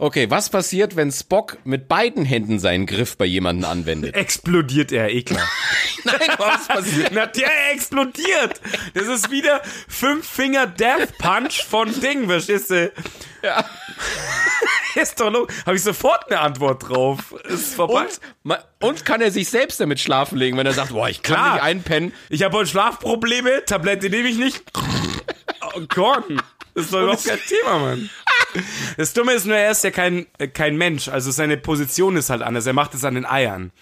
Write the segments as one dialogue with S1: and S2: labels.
S1: Okay, was passiert, wenn Spock mit beiden Händen seinen Griff bei jemanden anwendet?
S2: Explodiert er, eh klar.
S1: Nein, was passiert?
S2: Na, der explodiert. Das ist wieder Fünf-Finger Death Punch von Ding, verstehst du?
S1: Ja.
S2: Ist doch logisch. Habe ich sofort eine Antwort drauf. Ist vorbei.
S1: Und, ma- und kann er sich selbst damit schlafen legen, wenn er sagt, boah, ich kann
S2: Klar.
S1: nicht einpennen.
S2: Ich habe heute Schlafprobleme, Tablette nehme ich nicht. Oh, Korn. Das ist doch überhaupt kein Thema, Mann. Das Dumme ist nur, er ist ja kein, äh, kein Mensch. Also seine Position ist halt anders. Er macht es an den Eiern.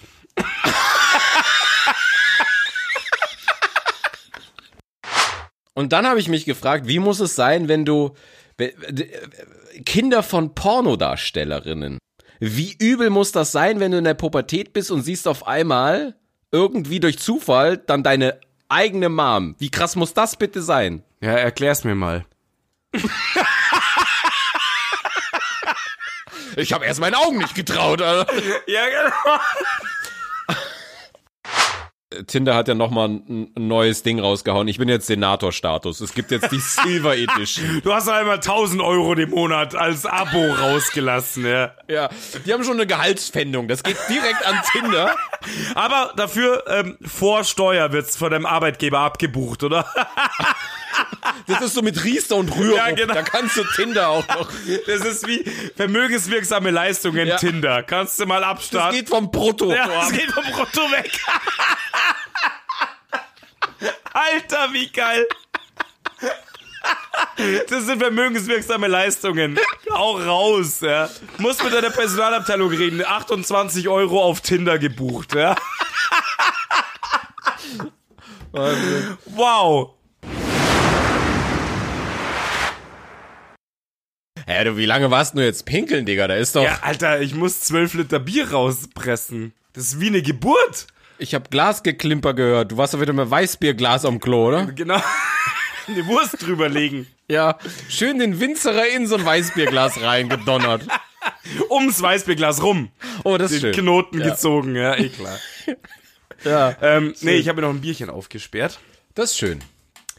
S1: Und dann habe ich mich gefragt, wie muss es sein, wenn du be- d- äh, Kinder von Pornodarstellerinnen, wie übel muss das sein, wenn du in der Pubertät bist und siehst auf einmal irgendwie durch Zufall dann deine eigene Mom? Wie krass muss das bitte sein?
S2: Ja, erklär's mir mal.
S1: Ich habe erst meinen Augen nicht getraut.
S2: Ja, genau.
S1: Tinder hat ja nochmal ein, ein neues Ding rausgehauen. Ich bin jetzt Senator-Status. Es gibt jetzt die Silver Edition.
S2: Du hast einmal 1000 Euro den Monat als Abo rausgelassen, ja.
S1: ja, die haben schon eine Gehaltspfändung. Das geht direkt an Tinder.
S2: Aber dafür ähm, vor Steuer wird's von deinem Arbeitgeber abgebucht, oder?
S1: Das ist so mit Riester und Rührung.
S2: Ja, genau.
S1: Da kannst du Tinder auch noch.
S2: Das ist wie vermögenswirksame Leistungen
S1: Ja.
S2: Tinder. Kannst du mal
S1: Das
S2: abstarten.
S1: geht vom Brutto.
S2: Ja,
S1: ab.
S2: es geht vom Brutto weg. Alter, wie geil. Das sind vermögenswirksame Leistungen. Auch raus, ja. Muss mit deiner Personalabteilung reden. 28 Euro auf Tinder gebucht, ja. Wow.
S1: Hä, du, wie lange warst du jetzt pinkeln, Digga? Da ist doch.
S2: Ja, Alter, ich muss 12 Liter Bier rauspressen. Das ist wie eine Geburt.
S1: Ich habe Glasgeklimper gehört. Du warst doch wieder mit Weißbierglas am Klo, oder?
S2: Genau. Eine Wurst drüberlegen.
S1: Ja. Schön den Winzerer in so ein Weißbierglas reingedonnert.
S2: Ums Weißbierglas rum.
S1: Oh, das ist
S2: den
S1: schön.
S2: Knoten
S1: Ja.
S2: gezogen, ja, eh klar.
S1: Ja.
S2: ähm, nee, ich habe mir noch ein Bierchen aufgesperrt.
S1: Das ist schön.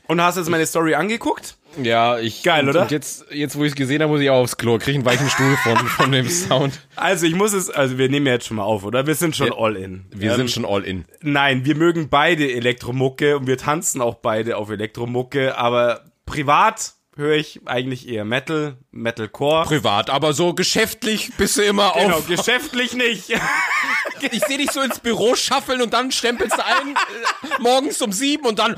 S2: Und hast jetzt meine Story angeguckt?
S1: Ja, ich.
S2: Geil,
S1: und,
S2: oder?
S1: Und jetzt, jetzt wo ich es gesehen habe, muss ich auch aufs Klo. Krieg einen weichen Stuhl von, von dem Sound.
S2: Also ich muss es, also wir nehmen ja jetzt schon mal auf, oder? Wir sind schon all in. Ähm,
S1: Wir sind schon all in.
S2: Nein, wir mögen beide Elektromucke und wir tanzen auch beide auf Elektromucke, aber privat höre ich eigentlich eher Metal, Metalcore.
S1: Privat, aber so geschäftlich bist du immer
S2: Genau,
S1: auf.
S2: geschäftlich nicht.
S1: Ich sehe dich so ins Büro schaffeln und dann stempelst du ein äh, morgens um sieben und dann.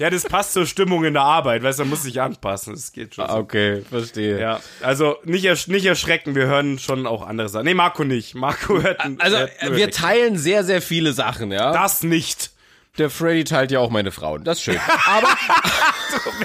S2: ja, das passt zur Stimmung in der Arbeit, weißt du, man muss sich anpassen, das geht schon. so.
S1: Okay, verstehe.
S2: Ja, also nicht, ersch nicht erschrecken, wir hören schon auch andere Sachen. Nee, Marco nicht. Marco hört n-
S1: Also,
S2: hört
S1: äh,
S2: nur
S1: wir
S2: Elektro-
S1: teilen sehr, sehr viele Sachen, ja.
S2: das nicht.
S1: Der Freddy teilt ja auch meine Frauen. Das ist schön. Aber.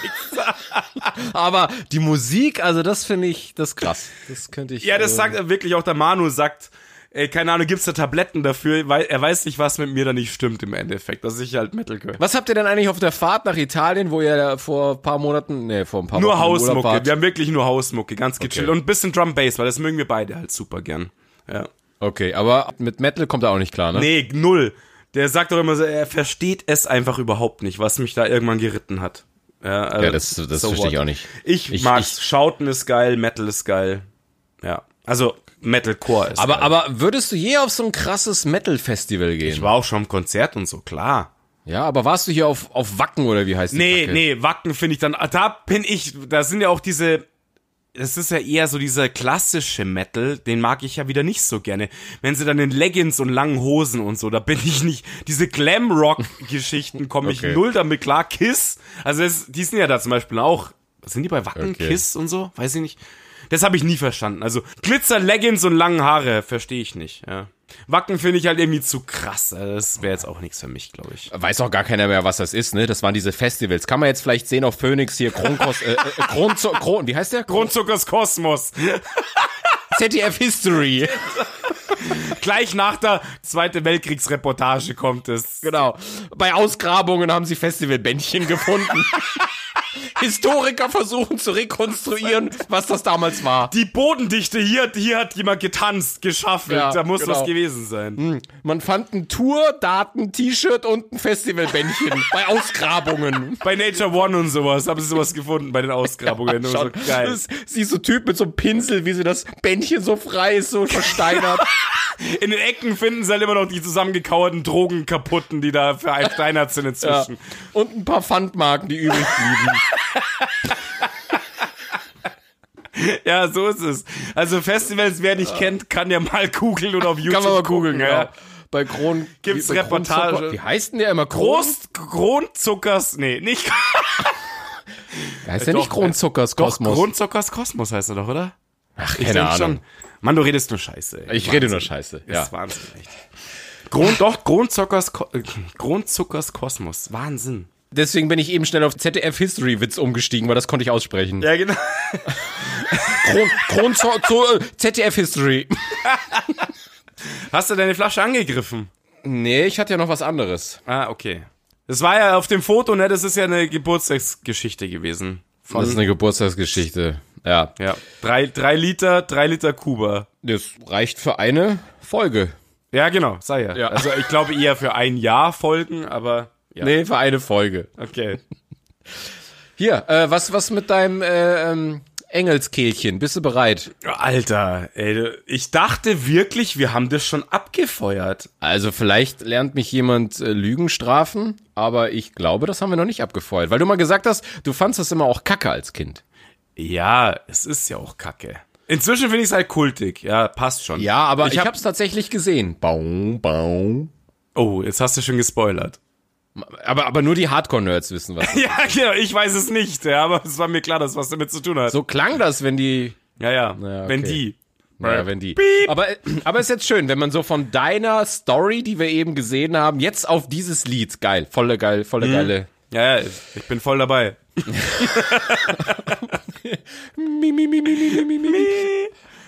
S1: aber die Musik, also das finde ich, das ist krass. Das könnte ich.
S2: Ja, das
S1: äh,
S2: sagt äh, wirklich auch der Manu sagt, ey, keine Ahnung, gibt's da Tabletten dafür? Weil er weiß nicht, was mit mir da nicht stimmt im Endeffekt, dass ich halt Metal gehöre.
S1: Was habt ihr denn eigentlich auf der Fahrt nach Italien, wo ihr da vor ein paar Monaten, nee, vor ein paar
S2: Nur
S1: Wochen in den Urlaub
S2: Hausmucke.
S1: wart?
S2: Wir haben wirklich nur Hausmucke, ganz gechillt. Und ein bisschen Drum Bass, weil das mögen wir beide halt super gern. Ja.
S1: Okay, aber mit Metal kommt er auch nicht klar, ne?
S2: Nee, null. Der sagt doch immer so, er versteht es einfach überhaupt nicht, was mich da irgendwann geritten hat. Ja, also,
S1: Ja, das, das
S2: so
S1: verstehe ich
S2: what.
S1: auch nicht.
S2: Ich,
S1: Ich-
S2: mag's. Schauten ist geil, Metal ist geil. Ja. Also Metalcore ist.
S1: Aber,
S2: geil.
S1: aber würdest du je auf so ein krasses Metal-Festival gehen?
S2: ich war auch schon im Konzert und so, klar.
S1: ja, aber warst du hier auf, auf Wacken oder wie heißt die
S2: Nee,
S1: Kacke?
S2: nee, Wacken finde ich dann. ah, Da bin ich. Da sind ja auch diese. Das ist ja eher so dieser klassische Metal, den mag ich ja wieder nicht so gerne. Wenn sie dann in Leggings und langen Hosen und so, da bin ich nicht. Diese Glamrock-Geschichten komme ich
S1: Okay.
S2: null damit klar. Kiss, also es, die sind ja da zum Beispiel auch. Sind die bei Wacken?
S1: Okay.
S2: Kiss und so? Weiß ich nicht. Das habe ich nie verstanden. Also Glitzer, Leggings und langen Haare verstehe ich nicht. Ja. Wacken finde ich halt irgendwie zu krass. Also das wäre jetzt auch nichts für mich, glaube ich.
S1: Weiß auch gar keiner mehr, was das ist, ne? Das waren diese Festivals. Kann man jetzt vielleicht sehen auf Phoenix hier, Kronkos, äh, äh, Kronzo, Kron, wie heißt der? Kron
S2: Grundzuckers Kosmos.
S1: ZDF History.
S2: Gleich nach der Zweite Weltkriegsreportage kommt es.
S1: Genau. Bei Ausgrabungen haben sie Festivalbändchen gefunden. Historiker versuchen zu rekonstruieren, was das damals war.
S2: Die Bodendichte hier, hier hat jemand getanzt, geschaffen.
S1: Ja,
S2: da muss
S1: genau.
S2: was gewesen sein.
S1: Man fand ein Tour, Daten, T-Shirt und ein Festivalbändchen bei Ausgrabungen.
S2: Bei Nature One und sowas haben sie sowas gefunden bei den Ausgrabungen.
S1: Schon.
S2: und so, geil.
S1: Das- Siehst du Typ mit so einem Pinsel, wie sie das Bändchen so frei ist, so versteinert.
S2: In den Ecken finden sie halt immer noch die zusammengekauerten Drogen kaputten, die da versteinert sind
S1: Ja.
S2: inzwischen.
S1: Und ein paar Pfandmarken, die übrig blieben.
S2: Ja, so ist es. Also Festivals, wer nicht kennt, kann ja mal googeln genau. oder auf YouTube
S1: Kann man mal googeln,
S2: gucken,
S1: ja. Bei Kron
S2: Gibt's
S1: wie- bei
S2: Reportage?
S1: Kronzucker- Wie heißt denn der immer? Kron-
S2: Groß, Grundzuckers, nee, nicht
S1: Heißt der nicht
S2: Äh, Doch,
S1: Kronzuckers Kosmos?
S2: Grundzuckers Kosmos heißt er doch, oder?
S1: Ach,
S2: Ich denk schon. Mann, du redest nur Scheiße. ey.
S1: Ich rede nur Scheiße.
S2: Das
S1: Ja.
S2: ist Wahnsinn, echt. Grund, doch, Grundzuckers, Ko- äh, Grundzuckers Kosmos. Wahnsinn.
S1: Deswegen bin ich eben schnell auf ZDF History Witz umgestiegen, weil das konnte ich aussprechen.
S2: Ja, genau.
S1: Kron, Kron zu, zu, äh, ZDF History.
S2: Hast du deine Flasche angegriffen?
S1: Nee, ich hatte ja noch was anderes.
S2: Ah, okay. Das war ja auf dem Foto, ne? Das ist ja eine Geburtstagsgeschichte gewesen.
S1: Das ist eine Geburtstagsgeschichte. Ja.
S2: Ja. Drei, drei Liter, drei Liter Kuba.
S1: Das reicht für eine Folge.
S2: Ja, genau, sei ja.
S1: Ja.
S2: Also ich glaube eher für ein Jahr Folgen, aber ja.
S1: Nee, für eine Folge.
S2: Okay.
S1: Hier, äh, was, was mit deinem äh, ähm, Engelskehlchen? Bist du bereit?
S2: Alter, ey, du- ich dachte wirklich, wir haben das schon abgefeuert.
S1: Also vielleicht lernt mich jemand äh, Lügen strafen, aber ich glaube, das haben wir noch nicht abgefeuert. Weil du mal gesagt hast, du fandst das immer auch kacke als Kind.
S2: Ja, es ist ja auch kacke. Inzwischen finde ich es halt kultig. Ja, passt schon.
S1: Ja, aber ich,
S2: hab-
S1: hab's tatsächlich gesehen. Baum, baum.
S2: Oh, jetzt hast du schon gespoilert.
S1: Aber, aber nur die Hardcore-Nerds wissen was.
S2: Ja, genau, ich weiß es nicht, ja, aber es war mir klar, dass es was damit zu tun hat.
S1: So klang das, wenn die.
S2: ja, ja,
S1: Ja,
S2: wenn
S1: okay.
S2: die.
S1: Naja, wenn die. Aber, aber ist jetzt schön, wenn man so von deiner Story, die wir eben gesehen haben, jetzt auf dieses Lied. Geil, volle geil, volle geile.
S2: Ja, ja, ich bin voll dabei.
S1: Mi, mi, mi, mi, mi, mi, mi, mi.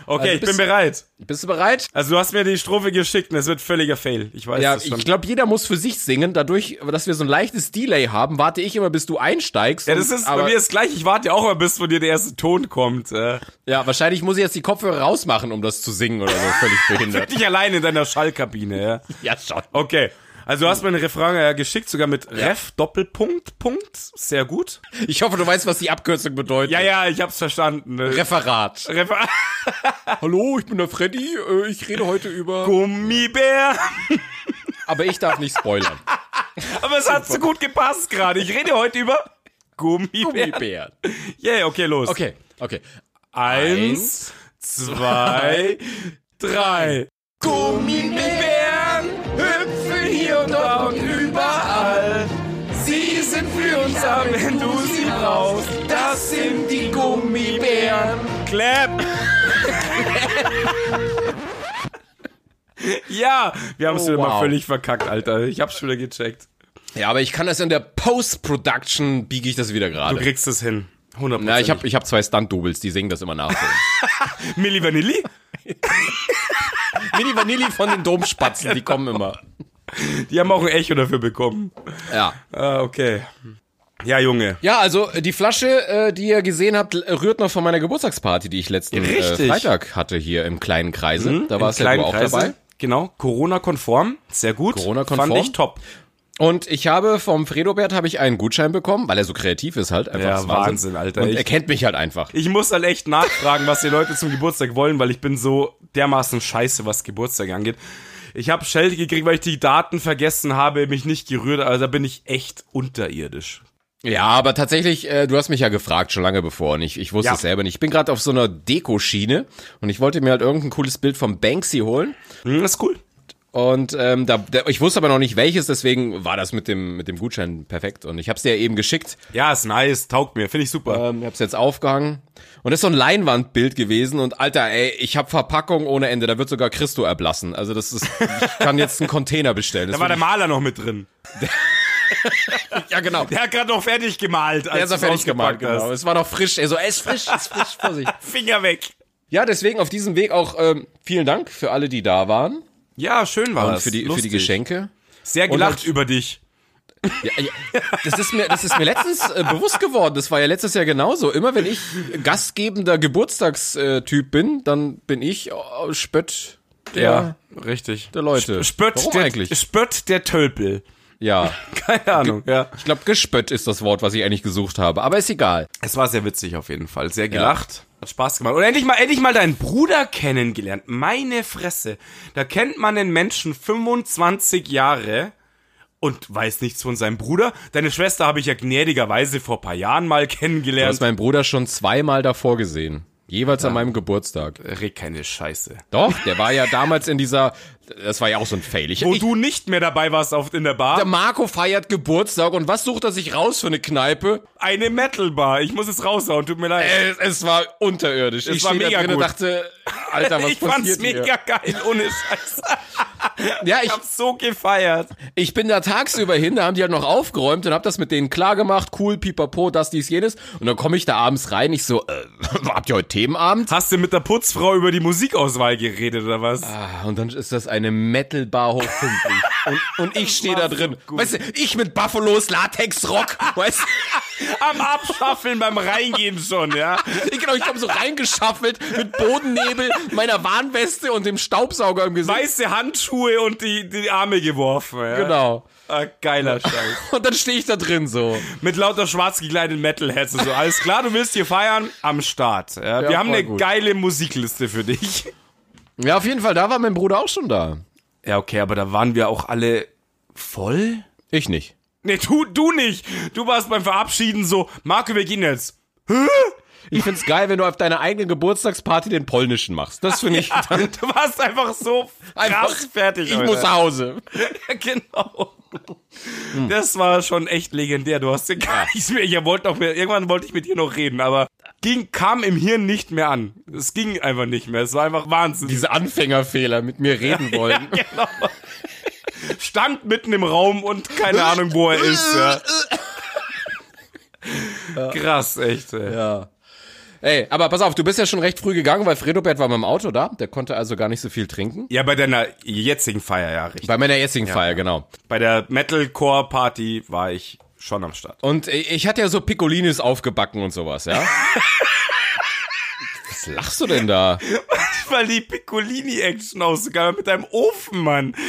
S2: Okay, ich bin
S1: bist-
S2: bereit.
S1: Bist du bereit?
S2: Also du hast mir die Strophe geschickt und es wird völliger Fail. Ich weiß
S1: Ja,
S2: das schon.
S1: ich glaube, jeder muss für sich singen. Dadurch, dass wir so ein leichtes Delay haben, warte ich immer, bis du einsteigst.
S2: ja, das
S1: und-
S2: ist
S1: aber,
S2: bei mir ist gleich. Ich warte ja auch mal, bis von dir der erste Ton kommt. Äh,
S1: ja, wahrscheinlich muss ich jetzt die Kopfhörer rausmachen, um das zu singen oder so. Völlig behindert.
S2: Halt dich allein in deiner Schallkabine. Ja.
S1: ja, schon.
S2: Okay. Also du hast mir einen Refrain äh, geschickt, sogar mit Ref Doppelpunkt Punkt. Sehr gut.
S1: Ich hoffe, du weißt, was die Abkürzung bedeutet.
S2: Ja, ja, ich hab's verstanden. Äh,
S1: Referat.
S2: Ref
S1: Hallo, ich bin der Freddy. äh, Ich rede heute über.
S2: Gummibär.
S1: Aber ich darf nicht spoilern.
S2: Aber es hat so gut gepasst gerade. Ich rede heute über Gummibär.
S1: Gummibären.
S2: Yeah, okay, los.
S1: Okay, okay.
S2: Eins, zwei, drei.
S1: Gummibären hüpfen hier und dort und überall. Sie sind für uns da, wenn du sie brauchst. Das sind die Gummibären.
S2: Clap. ja, wir haben es
S1: Oh,
S2: wieder mal
S1: wow.
S2: völlig verkackt, Alter. Ich hab's schon wieder gecheckt.
S1: Ja, aber ich kann das in der Post-Production biege ich das wieder
S2: Du
S1: gerade.
S2: kriegst es hin. 100%.
S1: Na, ich habe ich hab zwei Stunt-Doubles, die singen das immer nach.
S2: Milli Vanilli?
S1: Mini Vanilli von den Domspatzen, die kommen immer.
S2: Die haben auch ein Echo dafür bekommen.
S1: Ja.
S2: Ah, okay. Ja, Junge.
S1: Ja, also äh, die Flasche, äh, die ihr gesehen habt, äh, rührt noch von meiner Geburtstagsparty, die ich letzten äh,
S2: Richtig.
S1: Freitag hatte hier Mhm, im kleinen Kreise. da
S2: Im
S1: warst ja du auch
S2: Kreise.
S1: dabei.
S2: Genau, Corona-konform. Sehr gut.
S1: Corona-konform.
S2: Fand ich top.
S1: Und ich habe vom Fredobert habe ich einen Gutschein bekommen, weil er so kreativ ist halt. Einfach
S2: Ja,
S1: das ist
S2: Wahnsinn, Alter.
S1: Und
S2: Ich-
S1: er kennt mich halt einfach.
S2: Ich muss halt echt nachfragen, was die Leute zum Geburtstag wollen, weil ich bin so dermaßen scheiße, was Geburtstag angeht. Ich habe Schelte gekriegt, weil ich die Daten vergessen habe, mich nicht gerührt, also da bin ich echt unterirdisch.
S1: Ja, aber tatsächlich, äh, du hast mich ja gefragt schon lange bevor und ich, ich wusste
S2: Ja.
S1: es selber nicht. Ich bin gerade auf so einer Dekoschiene und ich wollte mir halt irgendein cooles Bild vom Banksy holen.
S2: Hm, ist cool.
S1: Und ähm, da, da, ich wusste aber noch nicht welches, deswegen war das mit dem, mit dem Gutschein perfekt. Und ich habe es dir eben geschickt.
S2: Ja, ist nice, taugt mir, finde ich super.
S1: Ähm, ich hab's jetzt aufgehangen. Und das ist so ein Leinwandbild gewesen. Und Alter, ey, ich hab Verpackung ohne Ende. Da wird sogar Christo erblassen. Also das ist, ich kann jetzt einen Container bestellen. Das
S2: da war der
S1: will
S2: Maler noch mit drin.
S1: ich, ja, genau.
S2: Der hat gerade noch fertig gemalt.
S1: Der ist ja fertig genau. gemacht, genau. Es war noch frisch. Ey, so, ey, ist frisch, ist frisch, Vorsicht.
S2: Finger weg.
S1: Ja, deswegen auf diesem Weg auch ähm, vielen Dank für alle, die da waren.
S2: Ja, schön war
S1: Und
S2: es.
S1: für die, für die
S2: Lustig.
S1: Geschenke.
S2: Sehr
S1: Und
S2: gelacht
S1: halt-
S2: über dich.
S1: Ja, ja, das, ist mir, das ist mir letztens äh, bewusst geworden. Das war ja letztes Jahr genauso. Immer wenn ich gastgebender Geburtstagstyp bin, dann bin ich äh, Spött der,
S2: richtig.
S1: der Leute.
S2: Spött
S1: Warum
S2: der,
S1: eigentlich?
S2: Spött der Tölpel.
S1: Ja.
S2: Keine Ahnung, ja.
S1: Ich glaube, gespött ist das Wort, was ich eigentlich gesucht habe. Aber ist egal.
S2: Es war sehr witzig auf jeden Fall. Sehr gelacht. Hat Spaß gemacht. Und endlich mal, endlich mal deinen Bruder kennengelernt. Meine Fresse. Da kennt man den Menschen 25 Jahre und weiß nichts von seinem Bruder. Deine Schwester habe ich ja gnädigerweise vor paar Jahren mal
S1: Du hast
S2: kennengelernt.
S1: meinen Bruder schon zweimal davor gesehen. Jeweils an meinem Geburtstag.
S2: Red keine Scheiße.
S1: Doch, der war ja damals in dieser. Das war ja auch so ein Fail. Ich,
S2: Wo
S1: ich,
S2: du nicht mehr dabei warst auf, in der Bar.
S1: der Marco feiert Geburtstag und was sucht er sich raus für eine Kneipe?
S2: Eine Metal-Bar. Ich muss es raushauen, tut mir leid.
S1: Es, es war unterirdisch. ich
S2: war
S1: stehe
S2: mega
S1: da drin und
S2: gut.
S1: dachte, Alter, was
S2: ich fand's
S1: passiert
S2: mega
S1: hier?
S2: geil, ohne Scheiß.
S1: Ja, ich,
S2: Ich hab's so gefeiert.
S1: ich bin da tagsüber hin, da haben die halt noch aufgeräumt und hab das mit denen klar gemacht, cool, pipapo, das, dies, jenes. Und dann komme ich da abends rein, ich so, äh, habt ihr heute Themenabend?
S2: Hast du mit der Putzfrau über die Musikauswahl geredet oder was?
S1: Ah, und dann ist das eine Metal-Bar hoch 50. und, und ich stehe da
S2: war
S1: drin.
S2: so gut.
S1: weißt du, ich mit Buffalos Latex-Rock, weißt du?
S2: Am Abschaffeln beim Reingehen schon, ja?
S1: Genau, ich komme so reingeschaffelt mit Bodennebel, meiner Warnweste und dem Staubsauger im Gesicht.
S2: Weiße Handschuhe und die, die Arme geworfen, ja?
S1: genau.
S2: Ah, geiler Scheiß.
S1: Und dann stehe ich da drin so.
S2: Mit lauter schwarz gekleideten Metalheads und so. Alles klar, du willst hier feiern? Am Start. Ja? Wir
S1: Ja,
S2: haben
S1: voll
S2: eine
S1: gut.
S2: geile Musikliste für dich.
S1: Ja, auf jeden Fall, da war mein Bruder auch schon da.
S2: Ja, okay, aber da waren wir auch alle voll?
S1: Ich nicht.
S2: Nee, du, du nicht. Du warst beim Verabschieden so, Marco, wir gehen jetzt.
S1: Ich find's geil, wenn du auf deiner eigenen Geburtstagsparty den polnischen machst. Das finde ich dann
S2: Du warst einfach so
S1: einfach
S2: krass fertig.
S1: Ich
S2: Alter.
S1: muss nach Hause.
S2: Ja, genau.
S1: Hm.
S2: Das war schon echt legendär. Du hast ja gar nichts mehr. Ich wollte noch mehr. Irgendwann wollte ich mit dir noch reden, aber ging, kam im Hirn nicht mehr an. Es ging einfach nicht mehr. Es war einfach Wahnsinn.
S1: Diese Anfängerfehler mit mir reden wollen.
S2: genau. Stand mitten im Raum und keine Ahnung, wo er ist. Ja. Krass, echt. Ey.
S1: Ey, aber pass auf, du bist ja schon recht früh gegangen, weil Fredobert war mit dem Auto da. Der konnte also gar nicht so viel trinken.
S2: Ja, bei deiner jetzigen Feier, ja, richtig.
S1: Bei meiner jetzigen Feier, genau.
S2: Bei der Metalcore-Party war ich schon am Start.
S1: Und ich ich hatte ja so Piccolinis aufgebacken und sowas, ja? Was lachst du denn da?
S2: Weil die Piccolini-Action ausgegangen mit deinem Ofen, Mann.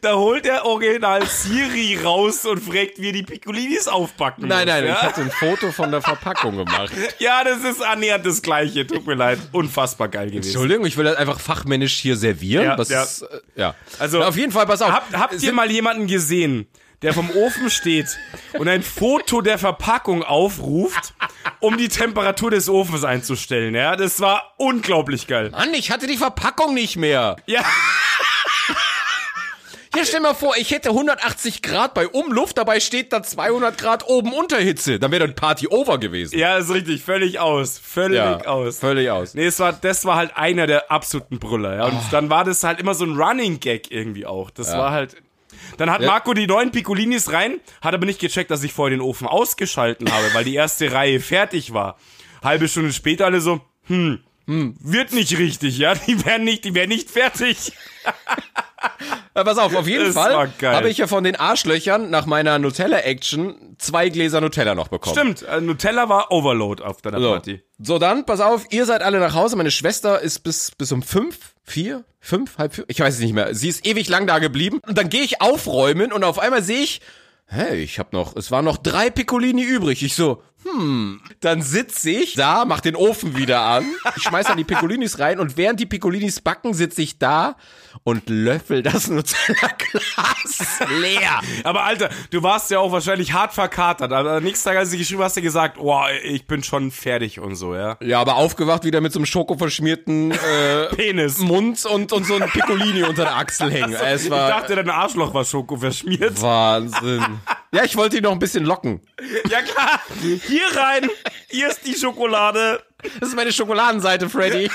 S2: Da holt der Original Siri raus und fragt, wie er die Piccolinis aufbacken
S1: Nein,
S2: muss,
S1: nein, ich
S2: ja?
S1: hatte ein Foto von der Verpackung gemacht.
S2: ja, das ist annähernd das Gleiche. Tut mir leid. Unfassbar geil gewesen.
S1: Entschuldigung, ich will das einfach fachmännisch hier servieren.
S2: Ja,
S1: was
S2: ja.
S1: Ist, äh, ja.
S2: Also,
S1: Na, auf jeden Fall, pass auf.
S2: Habt, habt ihr mal jemanden gesehen, der vom Ofen steht und ein Foto der Verpackung aufruft, um die Temperatur des Ofens einzustellen? Ja, das war unglaublich geil.
S1: Mann, ich hatte die Verpackung nicht mehr.
S2: Ja.
S1: Hier stell mal vor, ich hätte 180 Grad bei Umluft, dabei steht da 200 Grad oben Unterhitze. Dann wäre dann Party over gewesen.
S2: Ja, ist richtig. Völlig aus. Völlig aus.
S1: Völlig aus.
S2: Nee, es war, das war halt einer der absoluten Brüller, ja. Und dann war das halt immer so ein Running Gag irgendwie auch. Das war halt. Dann hat Marco die neuen Piccolinis rein, hat aber nicht gecheckt, dass ich vorher den Ofen ausgeschalten habe, weil die erste Reihe fertig war. Halbe Stunde später alle so, hm, hm, wird nicht richtig, ja. Die werden nicht, die werden nicht fertig.
S1: Ja, Äh, pass auf, auf jeden
S2: Das war
S1: Fall
S2: geil.
S1: habe ich ja von den Arschlöchern nach meiner Nutella-Action zwei Gläser Nutella noch bekommen.
S2: Stimmt, äh, Nutella war Overload auf deiner
S1: So.
S2: Party.
S1: so, dann, pass auf, ihr seid alle nach Hause. Meine Schwester ist bis, bis um fünf, vier, fünf, halb vier, ich weiß es nicht mehr. Sie ist ewig lang da geblieben. Und dann gehe ich aufräumen und auf einmal sehe ich, hey, ich habe noch, es waren noch drei Piccolini übrig. Ich so, hm, dann sitze ich da, mach den Ofen wieder an, ich schmeiß dann die Piccolinis rein und während die Piccolinis backen, sitze ich da und löffel das Nutella-Glas leer.
S2: Aber Alter, du warst ja auch wahrscheinlich hart verkatert. Aber am nächsten Tag, als du geschrieben hast, hast du gesagt, oh, ich bin schon fertig und so, ja.
S1: Ja, aber aufgewacht wieder mit so einem schokoverschmierten äh,
S2: Penis.
S1: Mund und, und so ein Piccolini unter der Achsel hängen. es
S2: ich
S1: war
S2: dachte, dein Arschloch war Schoko verschmiert.
S1: Wahnsinn. Ja, ich wollte ihn noch ein bisschen locken.
S2: Ja klar, hier rein, hier ist die Schokolade.
S1: Das ist meine Schokoladenseite, Freddy.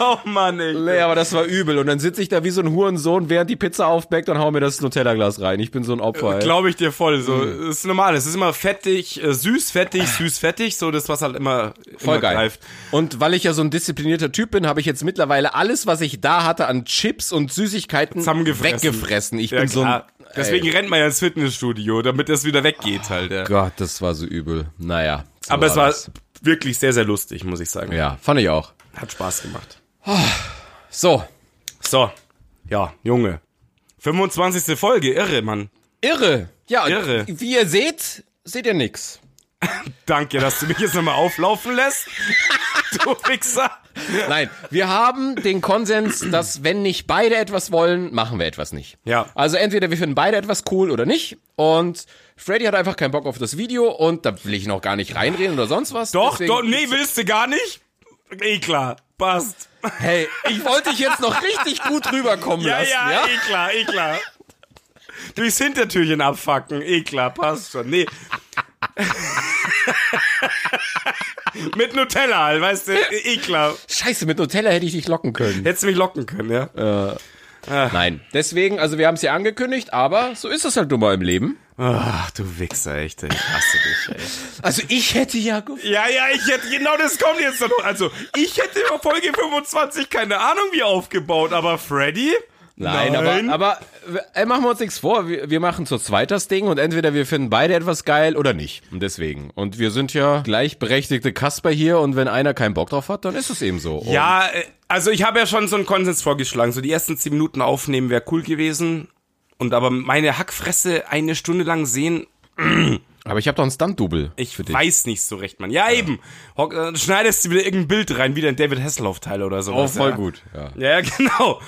S2: Oh Mann, ey.
S1: Nee, aber das war übel. Und dann sitze ich da wie so ein Hurensohn, während die Pizza aufbäckt und hau mir das Nutella-Glas rein. Ich bin so ein Opfer. Ey. Mhm.
S2: Glaube ich dir voll. So, das ist normal. Es ist immer fettig, äh, süß, fettig, süß, fettig. So das, was halt immer,
S1: Voll
S2: immer
S1: geil.
S2: greift.
S1: Und weil ich ja so ein disziplinierter Typ bin, habe ich jetzt mittlerweile alles, was ich da hatte an Chips und Süßigkeiten
S2: Zusammengefressen.
S1: weggefressen. Ich
S2: Ja,
S1: bin so ein.
S2: klar. Deswegen
S1: Ey,
S2: rennt man ja ins Fitnessstudio, damit das wieder weggeht halt. Ja.
S1: Gott, das war so übel. Naja. So
S2: Aber es war
S1: das.
S2: wirklich sehr, sehr lustig, muss ich sagen.
S1: Ja, fand ich auch.
S2: Hat Spaß gemacht.
S1: So.
S2: So. Ja, Junge. 25. Folge, irre, Mann.
S1: Irre. Ja,
S2: Irre.
S1: wie ihr seht, seht ihr nix.
S2: Danke, dass du mich jetzt nochmal auflaufen lässt. Du Wichser.
S1: Nein, wir haben den Konsens, dass wenn nicht beide etwas wollen, machen wir etwas nicht.
S2: Ja.
S1: Also entweder wir finden beide etwas cool oder nicht. Und Freddy hat einfach keinen Bock auf das Video und da will ich noch gar nicht reinreden oder sonst was.
S2: Doch,
S1: Deswegen-
S2: doch, nee, willst du gar nicht? Eh klar, passt.
S1: Hey, ich wollte dich jetzt noch richtig gut rüberkommen
S2: Ja,
S1: lassen,
S2: ja,
S1: ja?
S2: eh klar, eh klar. Durchs Hintertürchen abfacken, eh klar, passt schon. Nee. Mit Nutella, halt, weißt du, eh klar.
S1: Scheiße, mit Nutella hätte ich dich locken können.
S2: Hättest du mich locken können, ja?
S1: Nein. Deswegen, also wir haben es ja angekündigt, aber so ist es halt nun mal im Leben.
S2: Ach, du Wichser, echt, ey. ich hasse dich, ey.
S1: Also ich hätte ja ge-
S2: Ja, ja, ich hätte, genau das kommt jetzt noch. Also, ich hätte über Folge 25 keine Ahnung wie aufgebaut, aber Freddy?
S1: Nein, aber, aber äh, machen wir uns nichts vor. Wir, wir machen zu zweit das Ding und entweder wir finden beide etwas geil oder nicht. Und deswegen. Und wir sind ja gleichberechtigte Kasper hier und wenn einer keinen Bock drauf hat, dann ist es eben so. Und
S2: Ja, äh, also ich habe ja schon so einen Konsens vorgeschlagen. So die ersten zehn Minuten aufnehmen wäre cool gewesen. Und aber meine Hackfresse eine Stunde lang sehen,
S1: Aber ich habe doch ein Stunt-Double.
S2: ich weiß nicht so recht, Mann. Ja, eben. Hock, äh, schneidest du wieder irgendein Bild rein, wieder ein David Hasselhoff-Teil oder so.
S1: Oh, voll
S2: ja.
S1: gut. Ja.
S2: Ja, genau.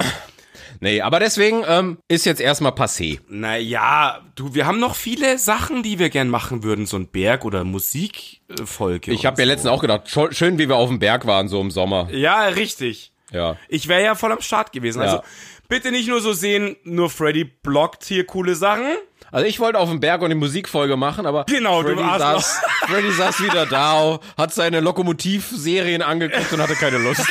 S1: Nee, aber deswegen ähm, ist jetzt erstmal passé.
S2: Naja, du, wir haben noch viele Sachen, die wir gern machen würden. So ein Berg- oder Musikfolge.
S1: Ich habe mir letztens auch gedacht, scho- schön, wie wir auf dem Berg waren, so im Sommer.
S2: Ja, richtig.
S1: Ja.
S2: Ich wäre ja voll am Start gewesen. Also
S1: Ja.
S2: bitte nicht nur so sehen, nur Freddy blockt hier coole Sachen.
S1: Also ich wollte auf dem Berg und eine Musikfolge machen, aber
S2: Genau, du
S1: Freddy,
S2: Arschloch.
S1: saß, Freddy saß wieder da, hat seine Lokomotivserien angeguckt und hatte keine Lust.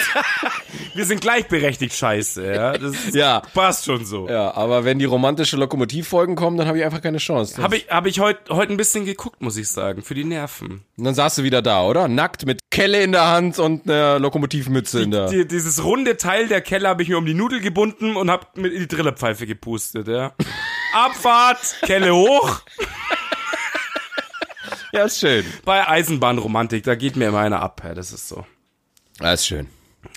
S2: Wir sind gleichberechtigt scheiße, ja. Das
S1: Ja. Äh,
S2: passt schon so.
S1: Ja, aber wenn die romantische Lokomotivfolgen kommen, dann habe ich einfach keine Chance.
S2: Habe ich, hab ich heute heut ein bisschen geguckt, muss ich sagen, für die Nerven.
S1: Und dann saß du wieder da, oder? Nackt mit Kelle in der Hand und einer Lokomotivmütze in der.
S2: Die, dieses runde Teil der Kelle habe ich mir um die Nudel gebunden und habe mit in die Drillerpfeife gepustet, ja. Abfahrt, Kelle hoch.
S1: Ja, ist schön.
S2: Bei Eisenbahnromantik, da geht mir immer einer ab, ja, das ist so.
S1: Ja, ist schön.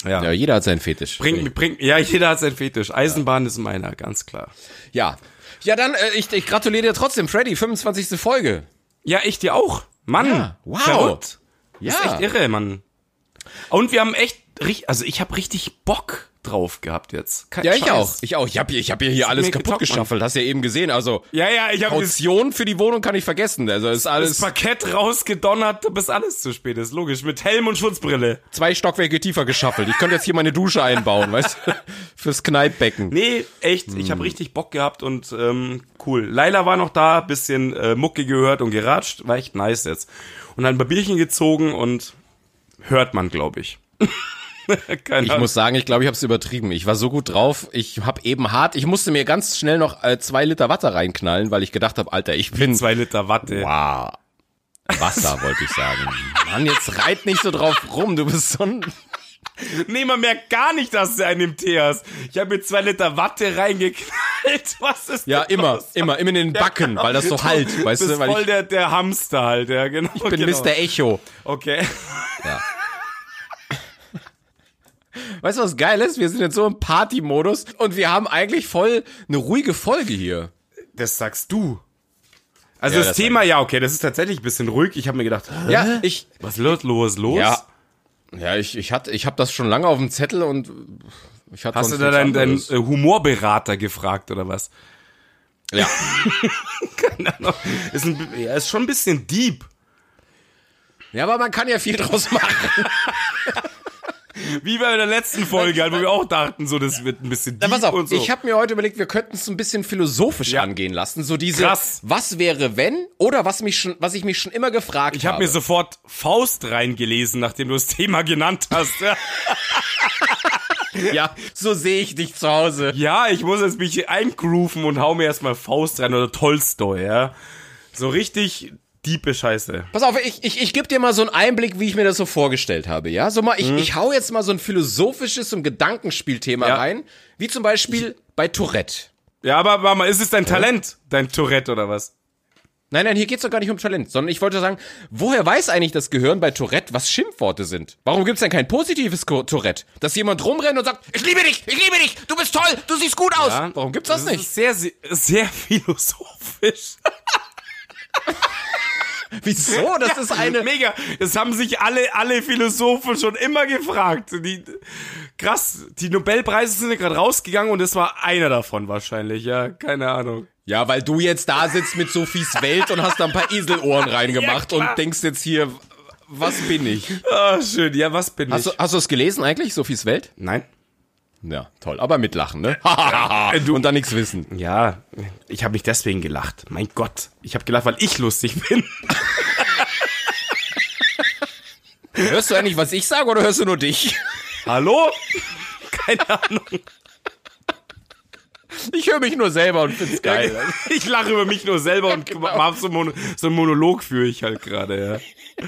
S2: Ja.
S1: Ja, jeder hat seinen Fetisch.
S2: Bringt, bringt, ja, jeder hat seinen Fetisch. Eisenbahn ist meiner, ganz klar.
S1: Ja. Ja, dann, äh, ich, ich gratuliere dir trotzdem, Freddy, 25. Folge.
S2: Ja, ich dir auch. Mann,
S1: Ja, wow.
S2: verrückt.
S1: Ja.
S2: Ist echt irre, Mann. Und wir haben echt, rich- also ich habe richtig Bock drauf gehabt jetzt. Kein
S1: Ja, ich
S2: Scheiß.
S1: auch. Ich auch. Ich habe hier, ich hab hier, hier alles
S2: mir
S1: kaputt
S2: getaugt, Mann.
S1: geschaffelt. Hast ja eben gesehen. Also,
S2: Ja, ja, ich habe das,
S1: Kaution für die Wohnung kann ich vergessen. Also, ist
S2: das
S1: alles
S2: Parkett rausgedonnert, bis alles zu spät ist. Logisch, mit Helm und Schutzbrille.
S1: zwei Stockwerke tiefer geschaffelt. Ich könnte jetzt hier meine Dusche einbauen, weißt du? Fürs Kneippbecken.
S2: Nee, echt, ich
S1: Hm.
S2: habe richtig Bock gehabt und ähm, cool. Laila war noch da, bisschen äh, Mucke gehört und geratscht, war echt nice jetzt. Und dann ein paar Bierchen gezogen und hört man, glaube ich. Keine
S1: Ich muss sagen, ich glaube, ich habe es übertrieben. Ich war so gut drauf. Ich habe eben hart. Ich musste mir ganz schnell noch äh, zwei Liter Wasser reinknallen, weil ich gedacht habe, Alter, ich bin
S2: zwei Liter Watte.
S1: wow. Wasser wollte ich sagen. Mann, jetzt reit nicht so drauf rum. Du bist so ein.
S2: Nee, man merkt gar nicht, dass du einen im Tee hast. Ich habe mir zwei Liter Watte reingeknallt. Was ist
S1: Ja,
S2: denn
S1: immer,
S2: los?
S1: immer, immer in den Backen, weil das so halt, weißt
S2: bist
S1: du, weil
S2: voll
S1: ich
S2: der, der Hamster halt, ja, genau. Ich
S1: bin
S2: genau.
S1: Mr. Echo.
S2: Okay.
S1: Weißt du, was geil ist? Wir sind jetzt so im Party-Modus und wir haben eigentlich voll eine ruhige Folge hier.
S2: Das sagst du. Also
S1: Ja,
S2: das,
S1: das
S2: Thema, ja, okay, das ist tatsächlich ein bisschen ruhig. Ich habe mir gedacht, hä?
S1: Ja, ich,
S2: was los, los, los?
S1: ja, ja, ich, ich hatte, ich habe das schon lange auf dem Zettel und ich hatte
S2: Hast du
S1: sonst
S2: da
S1: nichts
S2: deinen, deinen
S1: anderes.
S2: äh, Humorberater gefragt oder was?
S1: ja.
S2: Keine Ahnung. Ist, ein, bi- ja, ist schon ein bisschen deep.
S1: Ja, aber man kann ja viel draus machen.
S2: Wie bei der letzten Folge, halt, wo wir auch dachten, so, das wird ein bisschen deep
S1: Na, pass auf,
S2: und so.
S1: ich habe mir heute überlegt, wir könnten es ein bisschen philosophisch
S2: Ja.
S1: angehen lassen. So diese,
S2: Krass.
S1: was wäre wenn oder was mich schon, was ich mich schon immer gefragt
S2: Ich habe mir sofort Faust reingelesen, nachdem du das Thema genannt hast.
S1: Ja, so sehe ich dich zu Hause.
S2: Ja, ich muss jetzt mich eingrooven und hau mir erstmal Faust rein oder Tolstoi, ja. So richtig diepe Scheiße.
S1: Pass auf, ich, ich, ich gebe dir mal so einen Einblick, wie ich mir das so vorgestellt habe, ja? So mal, ich, ich hau jetzt mal so ein philosophisches und Gedankenspielthema
S2: Mhm. Ja.
S1: rein, wie zum Beispiel bei Tourette.
S2: Ja, aber Mama, ist es dein Talent, dein Tourette oder was?
S1: Nein, nein, hier geht's doch gar nicht um Talent, sondern ich wollte sagen, woher weiß eigentlich das Gehirn bei Tourette, was Schimpfworte sind? Warum gibt's denn kein positives Ko- Tourette? Dass jemand rumrennt und sagt, ich liebe dich, ich liebe dich, du bist toll, du siehst gut aus.
S2: Ja?
S1: Warum gibt's das,
S2: das
S1: nicht?
S2: Ist sehr, sehr philosophisch.
S1: Wieso? Das ist eine.
S2: Mega. Das haben sich alle, alle Philosophen schon immer gefragt. Die, krass. Die Nobelpreise sind ja gerade rausgegangen und das war einer davon wahrscheinlich. Ja, keine Ahnung.
S1: Ja, weil du jetzt da sitzt mit Sophies Welt und hast da ein paar Eselohren reingemacht
S2: Ja, klar.
S1: und denkst jetzt hier, was bin ich?
S2: Ah, schön. Ja, was bin
S1: Hast du,
S2: ich?
S1: hast du es gelesen eigentlich, Sophies Welt?
S2: Nein.
S1: Ja, toll. Aber mit Lachen, ne? und dann nichts wissen.
S2: Ja, ich habe mich deswegen gelacht. Mein Gott. Ich habe gelacht, weil ich lustig bin.
S1: Hörst du eigentlich, was ich sage, oder hörst du nur dich?
S2: Hallo? Keine Ahnung.
S1: Ich höre mich nur selber und find's geil.
S2: Ich lache über mich nur selber und hab so, einen Mono, so einen Monolog führe ich halt gerade, ja.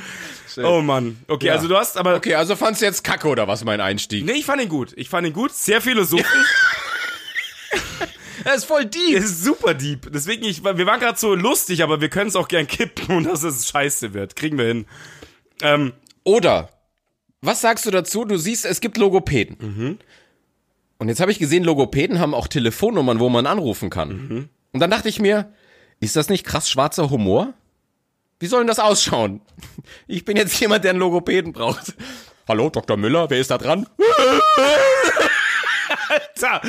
S2: Oh Mann. Okay,
S1: Ja.
S2: also du hast aber.
S1: Okay, also fandst du jetzt kacke oder was, mein Einstieg?
S2: Nee, ich fand ihn gut. Ich fand ihn gut. Sehr philosophisch.
S1: Er ist voll deep.
S2: Es ist super deep. Deswegen, ich, wir waren gerade so lustig, aber wir können es auch gern kippen und dass es scheiße wird. Kriegen wir hin. Ähm,
S1: Oder, was sagst du dazu? Du siehst, es gibt Logopäden. Und jetzt habe ich gesehen, Logopäden haben auch Telefonnummern, wo man anrufen kann. Und dann dachte ich mir, ist das nicht krass schwarzer Humor? Wie soll denn das ausschauen? Ich bin jetzt jemand, der einen Logopäden braucht. Hallo, Dr. Müller, wer ist da dran?
S2: tja,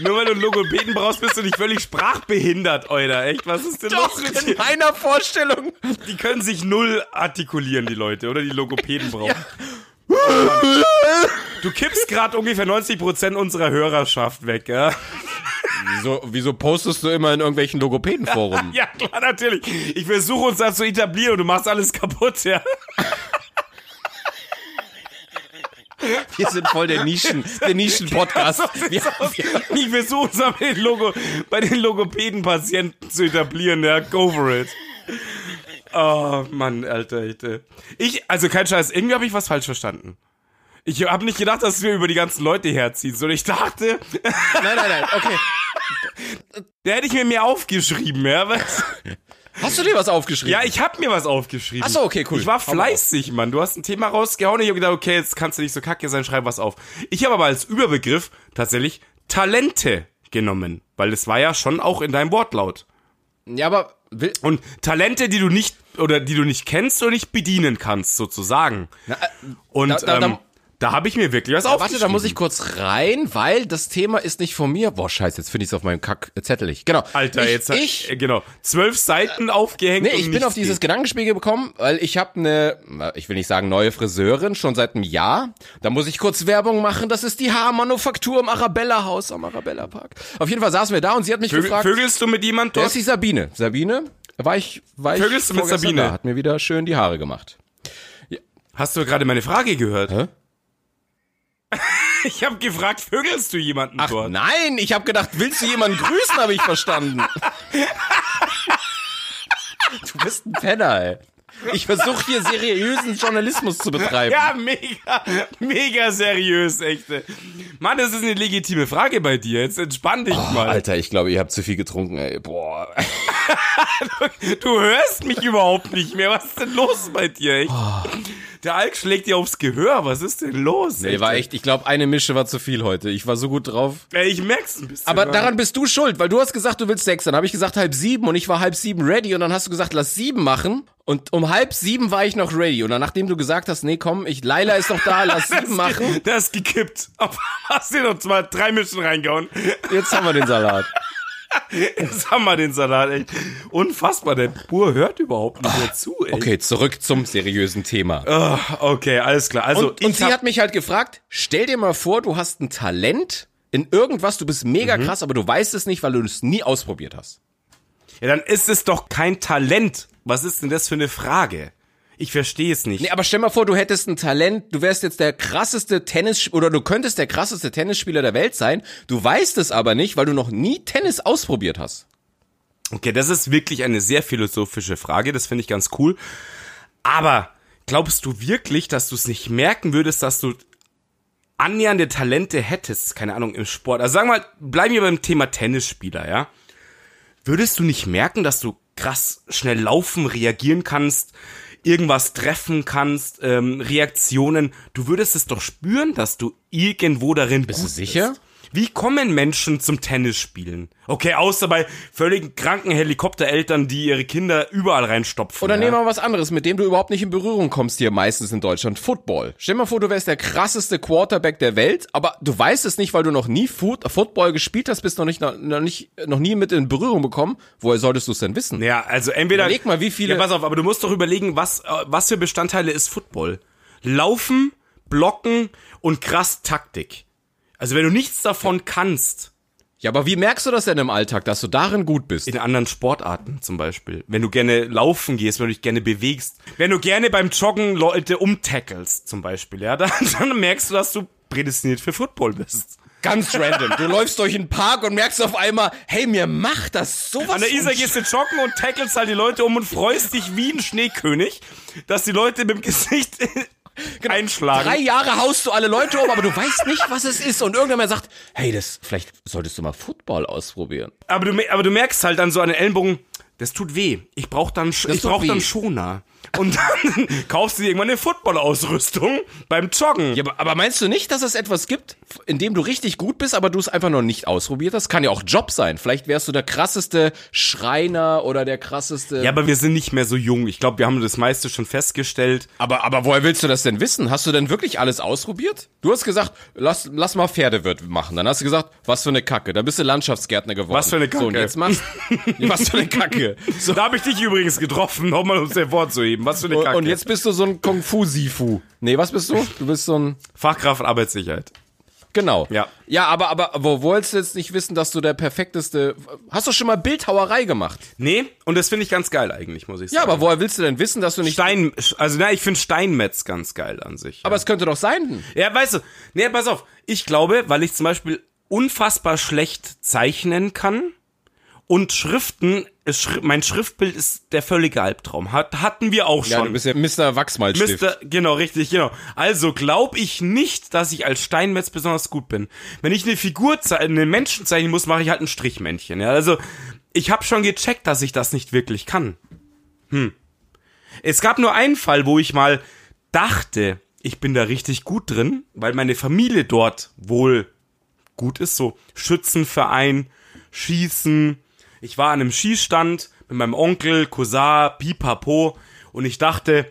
S2: nur weil du einen Logopäden brauchst, bist du nicht völlig sprachbehindert, Euer. Echt? Was ist denn
S1: Doch,
S2: los mit
S1: in
S2: dir?
S1: meiner Vorstellung.
S2: Die können sich null artikulieren, die Leute, oder? Die Logopäden brauchen. Du kippst gerade ungefähr 90% unserer Hörerschaft weg, ja?
S1: Wieso, wieso postest du immer in irgendwelchen Logopädenforen?
S2: Ja, klar, natürlich. Ich versuche uns da zu etablieren und du machst alles kaputt, ja?
S1: Wir sind voll der Nischen, der Nischen-Podcast. Wir, wir,
S2: Ich versuche es aber den Logo, bei den Logopäden-Patienten zu etablieren, ja, go for it. Oh, Mann, Alter, ich, äh, ich also kein Scheiß, irgendwie habe ich was falsch verstanden. Ich habe nicht gedacht, dass wir über die ganzen Leute herziehen, sondern ich dachte,
S1: nein, nein, nein, okay.
S2: da hätte ich mir mehr aufgeschrieben, ja, was?
S1: Hast du dir was aufgeschrieben?
S2: Ja, ich habe mir was aufgeschrieben.
S1: Ach so, okay, cool.
S2: Ich war
S1: Hau mal raus.
S2: fleißig, Mann. Du hast ein Thema rausgehauen. Ich habe gedacht, okay, jetzt kannst du nicht so kacke sein, schreib was auf. Ich habe aber als Überbegriff tatsächlich Talente genommen, weil es war ja schon auch in deinem Wortlaut.
S1: Ja, aber will,
S2: Und Talente, die du nicht oder die du nicht kennst oder nicht bedienen kannst, sozusagen.
S1: na, äh,
S2: Und
S1: da- da- da-
S2: ähm, da habe ich mir wirklich was
S1: warte,
S2: aufgeschrieben.
S1: da muss ich kurz rein, weil das Thema ist nicht von mir. Boah, scheiße, jetzt finde ich es auf meinem Kackzettel nicht. Genau.
S2: Alter,
S1: ich,
S2: jetzt
S1: ich
S2: äh, genau zwölf Seiten aufgehängt.
S1: Nee,
S2: und
S1: ich bin
S2: nichts
S1: auf dieses
S2: geht.
S1: Gedankenspiegel gekommen, weil ich habe eine, ich will nicht sagen neue Friseurin, schon seit einem Jahr. Da muss ich kurz Werbung machen. Das ist die Haarmanufaktur im Arabella-Haus am Arabella-Park. Auf jeden Fall saßen wir da und sie hat mich
S2: Vögel-
S1: gefragt.
S2: Vögelst du mit jemandem
S1: Wer
S2: dort?
S1: ist die Sabine? Sabine? War ich, war ich
S2: Vögelst du mit
S1: vorgestern
S2: Sabine?
S1: Da, hat mir wieder schön die Haare gemacht.
S2: Hast du gerade meine Frage gehört?
S1: Hä?
S2: Ich habe gefragt, vögelst du jemanden
S1: Ach
S2: dort?
S1: nein, ich habe gedacht, willst du jemanden grüßen, habe ich verstanden. du bist ein Penner, ey. Ich versuche hier seriösen Journalismus zu betreiben.
S2: Ja, mega, mega seriös, echte. Mann, das ist eine legitime Frage bei dir. Jetzt entspann dich mal.
S1: Oh, Alter, ich glaube, ihr habt zu viel getrunken, ey. Boah.
S2: Du hörst mich überhaupt nicht mehr. Was ist denn los bei dir, echt?
S1: Oh.
S2: Der Alk schlägt dir aufs Gehör. Was ist denn los?
S1: Nee, war echt, ich glaube, eine Mische war zu viel heute. Ich war so gut drauf.
S2: Ey, ich merk's ein bisschen.
S1: Aber
S2: Mann.
S1: daran bist du schuld, weil du hast gesagt, du willst sechs. Dann habe ich gesagt halb sieben und ich war halb sieben ready und dann hast du gesagt, lass sieben machen. Und um halb sieben war ich noch ready. Und dann, nachdem du gesagt hast, nee, komm, ich, Laila ist noch da, lass
S2: das
S1: sieben machen.
S2: Ge das ist gekippt. Aber Hast dir doch mal drei Mischen reingehauen.
S1: Jetzt haben wir den Salat.
S2: Jetzt haben wir den Salat, echt. Unfassbar, der Bur hört überhaupt nicht mehr zu, ey.
S1: Okay, zurück zum seriösen Thema.
S2: Ah, okay, alles klar. Also,
S1: und, und
S2: ich
S1: sie
S2: hab-
S1: hat mich halt gefragt, stell dir mal vor, du hast ein Talent in irgendwas, du bist
S2: Mhm.
S1: mega krass, aber du weißt es nicht, weil du es nie ausprobiert hast.
S2: Ja, dann ist es doch kein Talent. Was ist denn das für eine Frage? Ich verstehe es nicht.
S1: Nee, aber stell mal vor, du hättest ein Talent, du wärst jetzt der krasseste Tennis oder du könntest der krasseste Tennisspieler der Welt sein. Du weißt es aber nicht, weil du noch nie Tennis ausprobiert hast.
S2: Okay, das ist wirklich eine sehr philosophische Frage, das finde ich ganz cool. Aber glaubst du wirklich, dass du es nicht merken würdest, dass du annähernde Talente hättest, keine Ahnung, im Sport? Also sagen wir mal, bleiben wir beim Thema Tennisspieler, ja? Würdest du nicht merken, dass du krass schnell laufen, reagieren kannst, irgendwas treffen kannst, ähm, Reaktionen? Du würdest es doch spüren, dass du irgendwo darin bist.
S1: du sicher?
S2: Bist. Wie kommen Menschen zum Tennisspielen? Okay, außer bei völlig kranken Helikoptereltern, die ihre Kinder überall reinstopfen.
S1: Oder
S2: ja.
S1: nehmen wir mal was anderes, mit dem du überhaupt nicht in Berührung kommst hier meistens in Deutschland. Football. Stell mal vor, du wärst der krasseste Quarterback der Welt, aber du weißt es nicht, weil du noch nie Foot Football gespielt hast, bist noch nicht, noch, nicht, noch nie mit in Berührung bekommen. Woher solltest du es denn wissen?
S2: Ja, also entweder.
S1: Überleg mal, wie viele-
S2: Ja, pass auf, aber du musst doch überlegen, was, äh, was für Bestandteile ist Football? Laufen, blocken und krass Taktik. Also wenn du nichts davon kannst,
S1: Ja, aber wie merkst du das denn im Alltag, dass du darin gut bist?
S2: in anderen Sportarten zum Beispiel, wenn du gerne laufen gehst, wenn du dich gerne bewegst, wenn du gerne beim Joggen Leute umtackelst zum Beispiel, ja, dann, dann merkst du, dass du prädestiniert für Football bist.
S1: Ganz random. Du läufst durch den Park und merkst auf einmal, hey, mir macht das sowas.
S2: An der
S1: von
S2: Isar gehst du joggen und tackelst halt die Leute um und freust dich wie ein Schneekönig, dass die Leute mit dem Gesicht einschlagen.
S1: Genau. Drei Jahre haust du alle Leute um, aber du weißt nicht, was es ist. Und irgendjemand sagt, hey, das, vielleicht solltest du mal Football ausprobieren.
S2: Aber du, me- aber du merkst halt dann so an den Ellenbogen, das tut weh. Ich brauch dann, Sch- ich
S1: tut
S2: brauch
S1: weh.
S2: dann Schoner. Und dann kaufst du dir irgendwann eine Football-Ausrüstung beim Joggen.
S1: Ja, aber, aber meinst du nicht, dass es etwas gibt, in dem du richtig gut bist, aber du es einfach noch nicht ausprobiert hast? Kann ja auch Job sein. Vielleicht wärst du der krasseste Schreiner oder der krasseste.
S2: Ja, aber wir sind nicht mehr so jung. Ich glaube, wir haben das meiste schon festgestellt.
S1: aber, aber woher willst du das denn wissen? Hast du denn wirklich alles ausprobiert? Du hast gesagt, lass, lass mal Pferdewirt machen. Dann hast du gesagt, was für eine Kacke. Dann bist du Landschaftsgärtner geworden.
S2: Was für eine
S1: So, und
S2: Kacke.
S1: jetzt machst was für eine Kacke.
S2: So. Da habe ich dich übrigens getroffen, nochmal um es hervorzuheben. Was für eine
S1: Und,
S2: Kacke.
S1: und jetzt bist du so ein Kung Fu Sifu. Nee, was bist du? Du bist so ein
S2: Fachkraft Arbeitssicherheit.
S1: Genau.
S2: Ja.
S1: Ja, aber, aber, aber wolltest du jetzt nicht wissen, dass du der perfekteste. Hast du schon mal Bildhauerei gemacht?
S2: Nee, und das finde ich ganz geil eigentlich, muss ich
S1: Ja,
S2: sagen.
S1: aber woher willst du denn wissen, dass du nicht.
S2: Stein, also na, ich finde Steinmetz ganz geil an sich.
S1: aber es könnte doch sein.
S2: Ja, weißt du, nee, pass auf. Ich glaube, weil ich zum Beispiel unfassbar schlecht zeichnen kann und Schriften, es schri- mein Schriftbild ist der völlige Albtraum. Hat, hatten wir auch
S1: Ja,
S2: schon.
S1: du bist ja Mr. Wachsmalstift.
S2: Mister, genau, richtig, genau. Also glaube ich nicht, dass ich als Steinmetz besonders gut bin. Wenn ich eine Figur, ze- einen Menschen zeichnen muss, mache ich halt ein Strichmännchen. Ja, also ich habe schon gecheckt, dass ich das nicht wirklich kann. Hm. Es gab nur einen Fall, wo ich mal dachte, ich bin da richtig gut drin, weil meine Familie dort wohl gut ist. So Schützenverein, Schießen. Ich war an einem Schießstand mit meinem Onkel, Cousin, Pipapo und ich dachte,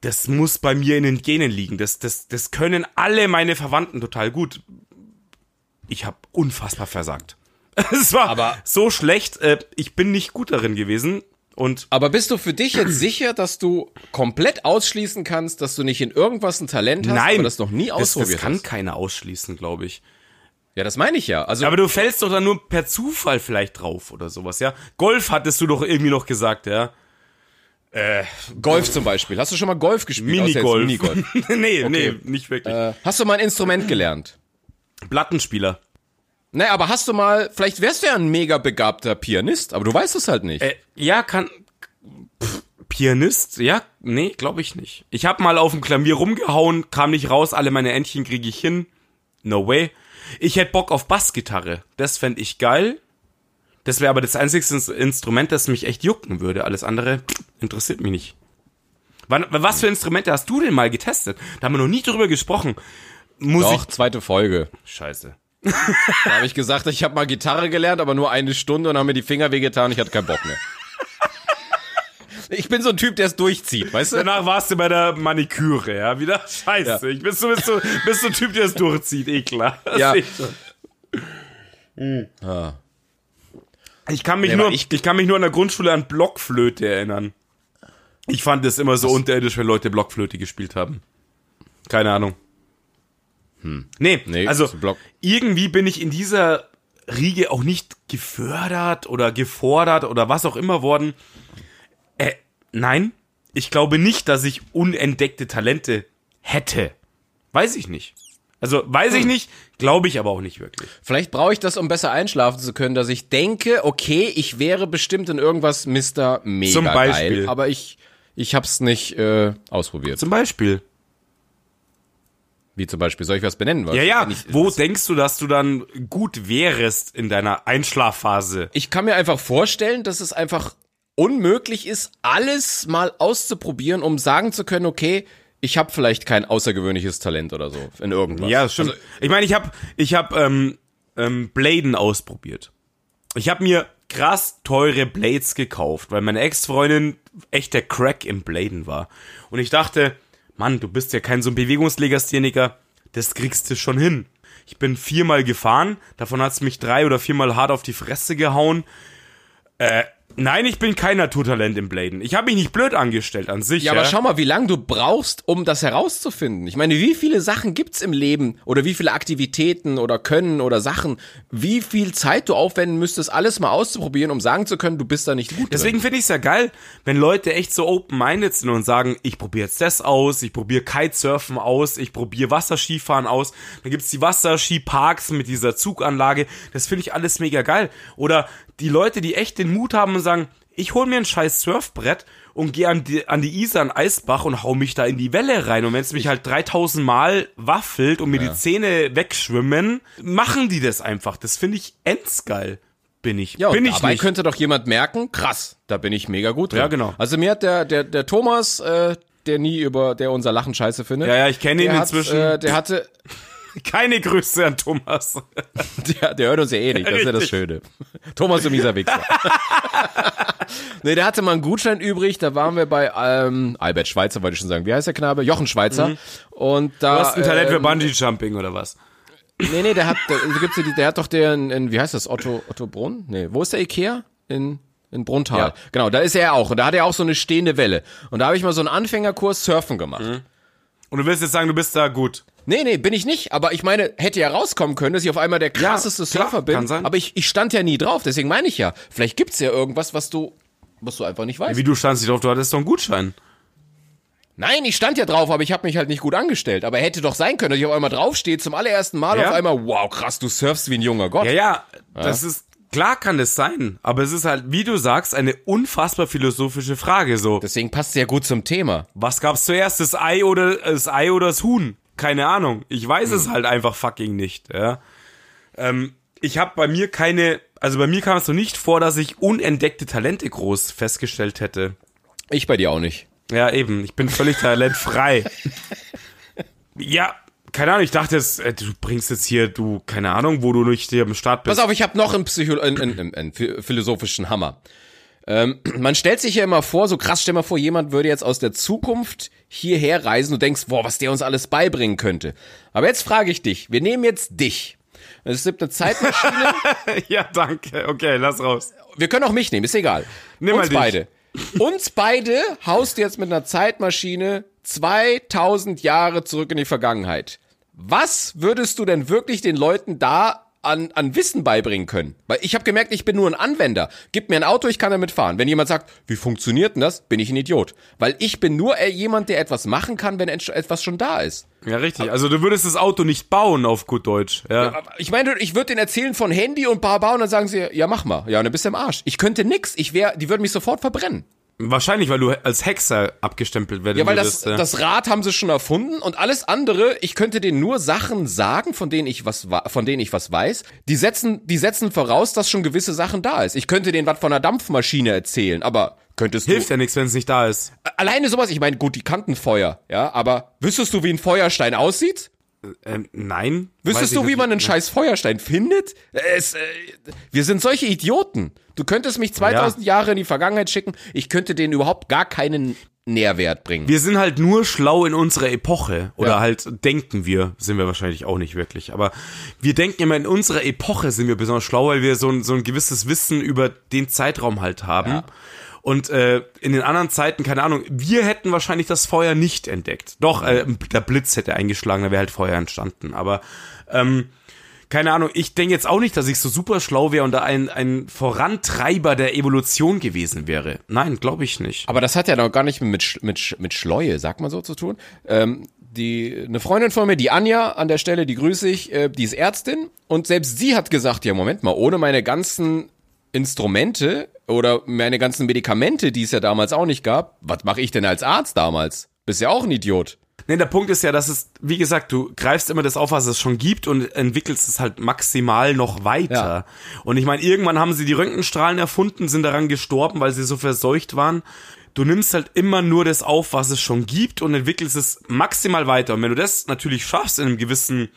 S2: das muss bei mir in den Genen liegen. Das, das, das können alle meine Verwandten total gut. Ich habe unfassbar versagt. Es war
S1: Aber-
S2: so schlecht. Äh, ich bin nicht gut darin gewesen. Und
S1: Aber bist du für dich jetzt sicher, dass du komplett ausschließen kannst, dass du nicht in irgendwas ein Talent hast,
S2: nein,
S1: aber das noch nie
S2: das, das
S1: ausprobiert
S2: kann
S1: hast?
S2: keiner ausschließen, glaube ich.
S1: Ja, das meine ich ja. Also,
S2: Aber du fällst doch dann nur per Zufall vielleicht drauf oder sowas, ja? Golf hattest du doch irgendwie noch gesagt, ja?
S1: Golf zum Beispiel. Hast du schon mal Golf gespielt? Außer jetzt
S2: Minigolf.
S1: Minigolf.
S2: nee, nee, nicht wirklich.
S1: Äh, hast du mal ein Instrument gelernt?
S2: Plattenspieler.
S1: Nee, aber hast du mal, vielleicht wärst du ja ein mega begabter Pianist, aber du weißt es halt nicht.
S2: Äh, ja, kann. Pff, Pianist? Ja, nee, glaube ich nicht. Ich habe mal auf dem Klavier rumgehauen, kam nicht raus, alle meine Entchen kriege ich hin. No way. Ich hätte Bock auf Bassgitarre. Das fände ich geil. Das wäre aber das einzige Ins- Instrument, das mich echt jucken würde. Alles andere interessiert mich nicht. Wann, was für Instrumente hast du denn mal getestet? Da haben wir noch nie drüber gesprochen. Musik.
S1: Doch, zweite Folge.
S2: Scheiße.
S1: Da habe ich gesagt, ich habe mal Gitarre gelernt, aber nur eine Stunde und haben mir die Finger wehgetan. Ich hatte keinen Bock mehr. Ich bin so ein Typ, der es durchzieht, weißt du?
S2: Danach warst du bei der Maniküre, ja, wieder scheiße.
S1: Ja.
S2: Ich bist du bist so bist so ein Typ, der es durchzieht, eh klar. Das
S1: Ja. Hm.
S2: sehe ich schon. Ich kann mich
S1: Nee,
S2: nur
S1: aber
S2: ich,
S1: ich-
S2: kann mich nur an der Grundschule an Blockflöte erinnern. Ich fand es immer so unterirdisch, wenn Leute Blockflöte gespielt haben. Keine Ahnung. Nee,
S1: Hm. Nee,
S2: also
S1: ist ein Block.
S2: irgendwie bin ich in dieser Riege auch nicht gefördert oder gefordert oder was auch immer worden. Äh, nein, ich glaube nicht, dass ich unentdeckte Talente hätte. Weiß ich nicht. Also weiß
S1: Hm.
S2: ich nicht, glaube ich aber auch nicht wirklich.
S1: Vielleicht brauche ich das, um besser einschlafen zu können, dass ich denke, okay, ich wäre bestimmt in irgendwas Mr. Mega
S2: Zum Beispiel.
S1: geil, aber ich ich hab's nicht äh, ausprobiert.
S2: Zum Beispiel.
S1: Wie zum Beispiel, soll ich was benennen? Was
S2: Ja, ja.
S1: wenn Ich,
S2: Wo denkst du, dass du dann gut wärest in deiner Einschlafphase?
S1: ich kann mir einfach vorstellen, dass es einfach unmöglich ist, alles mal auszuprobieren, um sagen zu können, okay, ich habe vielleicht kein außergewöhnliches Talent oder so in irgendwas. Also
S2: stimmt. Also, ich meine, ich habe ich hab, ähm, ähm, Bladen ausprobiert. Ich habe mir krass teure Blades gekauft, weil meine Ex-Freundin echt der Crack im Bladen war. Und ich dachte, Mann, du bist ja kein so ein Bewegungslegastheniker, das kriegst du schon hin. Ich bin viermal gefahren, davon hat's mich drei oder viermal hart auf die Fresse gehauen. Äh, nein, ich bin kein Naturtalent im Bladen. Ich habe mich nicht blöd angestellt an sich.
S1: Ja, aber schau mal, wie lange du brauchst, um das herauszufinden. Ich meine, wie viele Sachen gibt's im Leben oder wie viele Aktivitäten oder Können oder Sachen, wie viel Zeit du aufwenden müsstest, alles mal auszuprobieren, um sagen zu können, du bist da nicht gut. Drin.
S2: Deswegen finde ich es ja geil, wenn Leute echt so open-minded sind und sagen, ich probiere jetzt das aus, ich probiere Kitesurfen aus, ich probiere Wasserskifahren aus. Dann gibt's die Wasserskiparks mit dieser Zuganlage. Das finde ich alles mega geil. Oder die Leute, die echt den Mut haben und sagen, ich hol mir ein scheiß Surfbrett und gehe an die, an die Isar, an Eisbach und hau mich da in die Welle rein. Und wenn es mich halt 3000 Mal waffelt und mir die Zähne wegschwimmen, machen die das einfach. Das finde ich endsgeil. Bin ich.
S1: Ja, und
S2: bin ich
S1: dabei
S2: nicht.
S1: könnte doch jemand merken, krass, da bin ich mega gut drin.
S2: Ja, genau.
S1: Also mir hat der der der Thomas, äh, der nie über der unser Lachen scheiße findet.
S2: Ja, ja, ich kenne ihn
S1: der hat,
S2: inzwischen.
S1: Äh, der hatte
S2: Keine Grüße an Thomas.
S1: Der, der hört uns ja eh nicht, das ist ja das
S2: Richtig.
S1: Schöne. Thomas und Misa Wichser. nee, der hatte mal einen Gutschein übrig, da waren wir bei ähm, Albert Schweitzer, wollte ich schon sagen. Wie heißt der Knabe? Jochen Schweizer. Und da.
S2: Mhm. Du hast ein Talent
S1: ähm,
S2: für Bungee Jumping oder was?
S1: Nee, nee, der hat, der, da gibt's ja die, der hat doch den, in, wie heißt das, Otto, Otto Brunn? Nee, wo ist der Ikea? In, in Brunntal.
S2: Ja.
S1: Genau, da ist er auch. Und da hat er auch so eine stehende Welle. Und da habe ich mal so einen Anfängerkurs Surfen gemacht.
S2: Und du willst jetzt sagen, du bist da gut.
S1: Nee, nee, bin ich nicht. Aber ich meine, hätte ja rauskommen können, dass ich auf einmal der krasseste
S2: klar,
S1: Surfer bin.
S2: kann sein.
S1: Aber ich, ich stand ja nie drauf, deswegen meine ich ja. Vielleicht gibt's ja irgendwas, was du, was du einfach nicht weißt.
S2: Wie du standst nicht drauf, du hattest doch einen Gutschein.
S1: Nein, ich stand ja drauf, aber ich habe mich halt nicht gut angestellt. Aber hätte doch sein können, dass ich auf einmal draufstehe, zum allerersten Mal
S2: Ja.
S1: auf einmal, wow, krass, du surfst wie ein junger Gott.
S2: Ja, ja, das ist, klar kann es sein, aber es ist halt, wie du sagst, eine unfassbar philosophische Frage so.
S1: Deswegen passt sehr gut zum Thema.
S2: Was gab's zuerst, das Ei oder, das Ei oder das Huhn? Keine Ahnung. Ich weiß
S1: Hm.
S2: es halt einfach fucking nicht, ja. Ähm, ich habe bei mir keine, also bei mir kam es noch nicht vor, dass ich unentdeckte Talente groß festgestellt hätte.
S1: Ich bei dir auch nicht.
S2: Ja, eben. Ich bin völlig talentfrei. ja, keine Ahnung. Ich dachte, jetzt, äh, du bringst jetzt hier, du, keine Ahnung, wo du nicht hier am Start bist.
S1: Pass auf, ich habe noch einen, Psycho einen, einen, einen, einen phi- philosophischen Hammer. Ähm, man stellt sich ja immer vor, so krass, stell mal vor, jemand würde jetzt aus der Zukunft hierher reisen und denkst, boah, was der uns alles beibringen könnte. Aber jetzt frage ich dich, wir nehmen jetzt dich. Es gibt eine Zeitmaschine,
S2: ja, danke. Okay, lass raus.
S1: wir können auch mich nehmen, ist egal.
S2: Nimm mal
S1: Uns
S2: dich.
S1: beide. Uns beide haust du jetzt mit einer Zeitmaschine 2000 Jahre zurück in die Vergangenheit. Was würdest du denn wirklich den Leuten da an, an Wissen beibringen können? Weil ich habe gemerkt, ich bin nur ein Anwender. Gib mir ein Auto, ich kann damit fahren. Wenn jemand sagt, wie funktioniert denn das, bin ich ein Idiot. Weil ich bin nur äh, jemand, der etwas machen kann, wenn etsch- etwas schon da ist.
S2: Ja, richtig. Also du würdest das Auto nicht bauen auf gut Deutsch. Ja.
S1: Aber Ich meine, ich würde denen erzählen von Handy und Baba und dann sagen sie, ja mach mal. Ja, und dann bist du im Arsch. Ich könnte nix. Ich wär, die würden mich sofort verbrennen.
S2: Wahrscheinlich, weil du als Hexer abgestempelt werden
S1: Ja, weil das,
S2: würdest. ja.
S1: das Rad haben sie schon erfunden und alles andere, ich könnte denen nur Sachen sagen, von denen ich was, wa- von denen ich was weiß. Die setzen, die setzen voraus, dass schon gewisse Sachen da ist. Ich könnte denen was von einer Dampfmaschine erzählen, aber könntest du.
S2: Hilft ja nichts, wenn es nicht da ist.
S1: Alleine sowas, ich meine, gut, die kannten Feuer, ja, aber wüsstest du, wie ein Feuerstein aussieht?
S2: Ähm, nein. Weiß
S1: Wüsstest
S2: ich
S1: du, wie
S2: nicht.
S1: man einen scheiß Feuerstein findet? Es, äh, wir sind solche Idioten. Du könntest mich 2000 Jahre in die Vergangenheit schicken, ich könnte denen überhaupt gar keinen Nährwert bringen.
S2: Wir sind halt nur schlau in unserer Epoche. Oder
S1: Ja.
S2: halt denken wir, sind wir wahrscheinlich auch nicht wirklich. Aber wir denken immer, in unserer Epoche sind wir besonders schlau, weil wir so ein, so ein gewisses Wissen über den Zeitraum halt haben. Und äh, in den anderen Zeiten, keine Ahnung, wir hätten wahrscheinlich das Feuer nicht entdeckt. Doch, äh, der Blitz hätte eingeschlagen, da wäre halt Feuer entstanden. Aber ähm, keine Ahnung, ich denke jetzt auch nicht, dass ich so super schlau wäre und da ein, ein Vorantreiber der Evolution gewesen wäre. Nein, glaube ich nicht.
S1: Aber das hat ja noch gar nicht mit, Sch- mit, Sch- mit Schleue, sagt man so, zu tun. Ähm, die, eine Freundin von mir, die Anja, an der Stelle, die grüße ich, äh, die ist Ärztin und selbst sie hat gesagt, ja Moment mal, ohne meine ganzen Instrumente oder meine ganzen Medikamente, die es ja damals auch nicht gab, was mache ich denn als Arzt damals? Bist ja auch ein Idiot.
S2: Nee, der Punkt ist ja, dass es, wie gesagt, du greifst immer das auf, was es schon gibt und entwickelst es halt maximal noch weiter. Und ich meine, irgendwann haben sie die Röntgenstrahlen erfunden, sind daran gestorben, weil sie so verseucht waren. Du nimmst halt immer nur das auf, was es schon gibt und entwickelst es maximal weiter. Und wenn du das natürlich schaffst in einem gewissen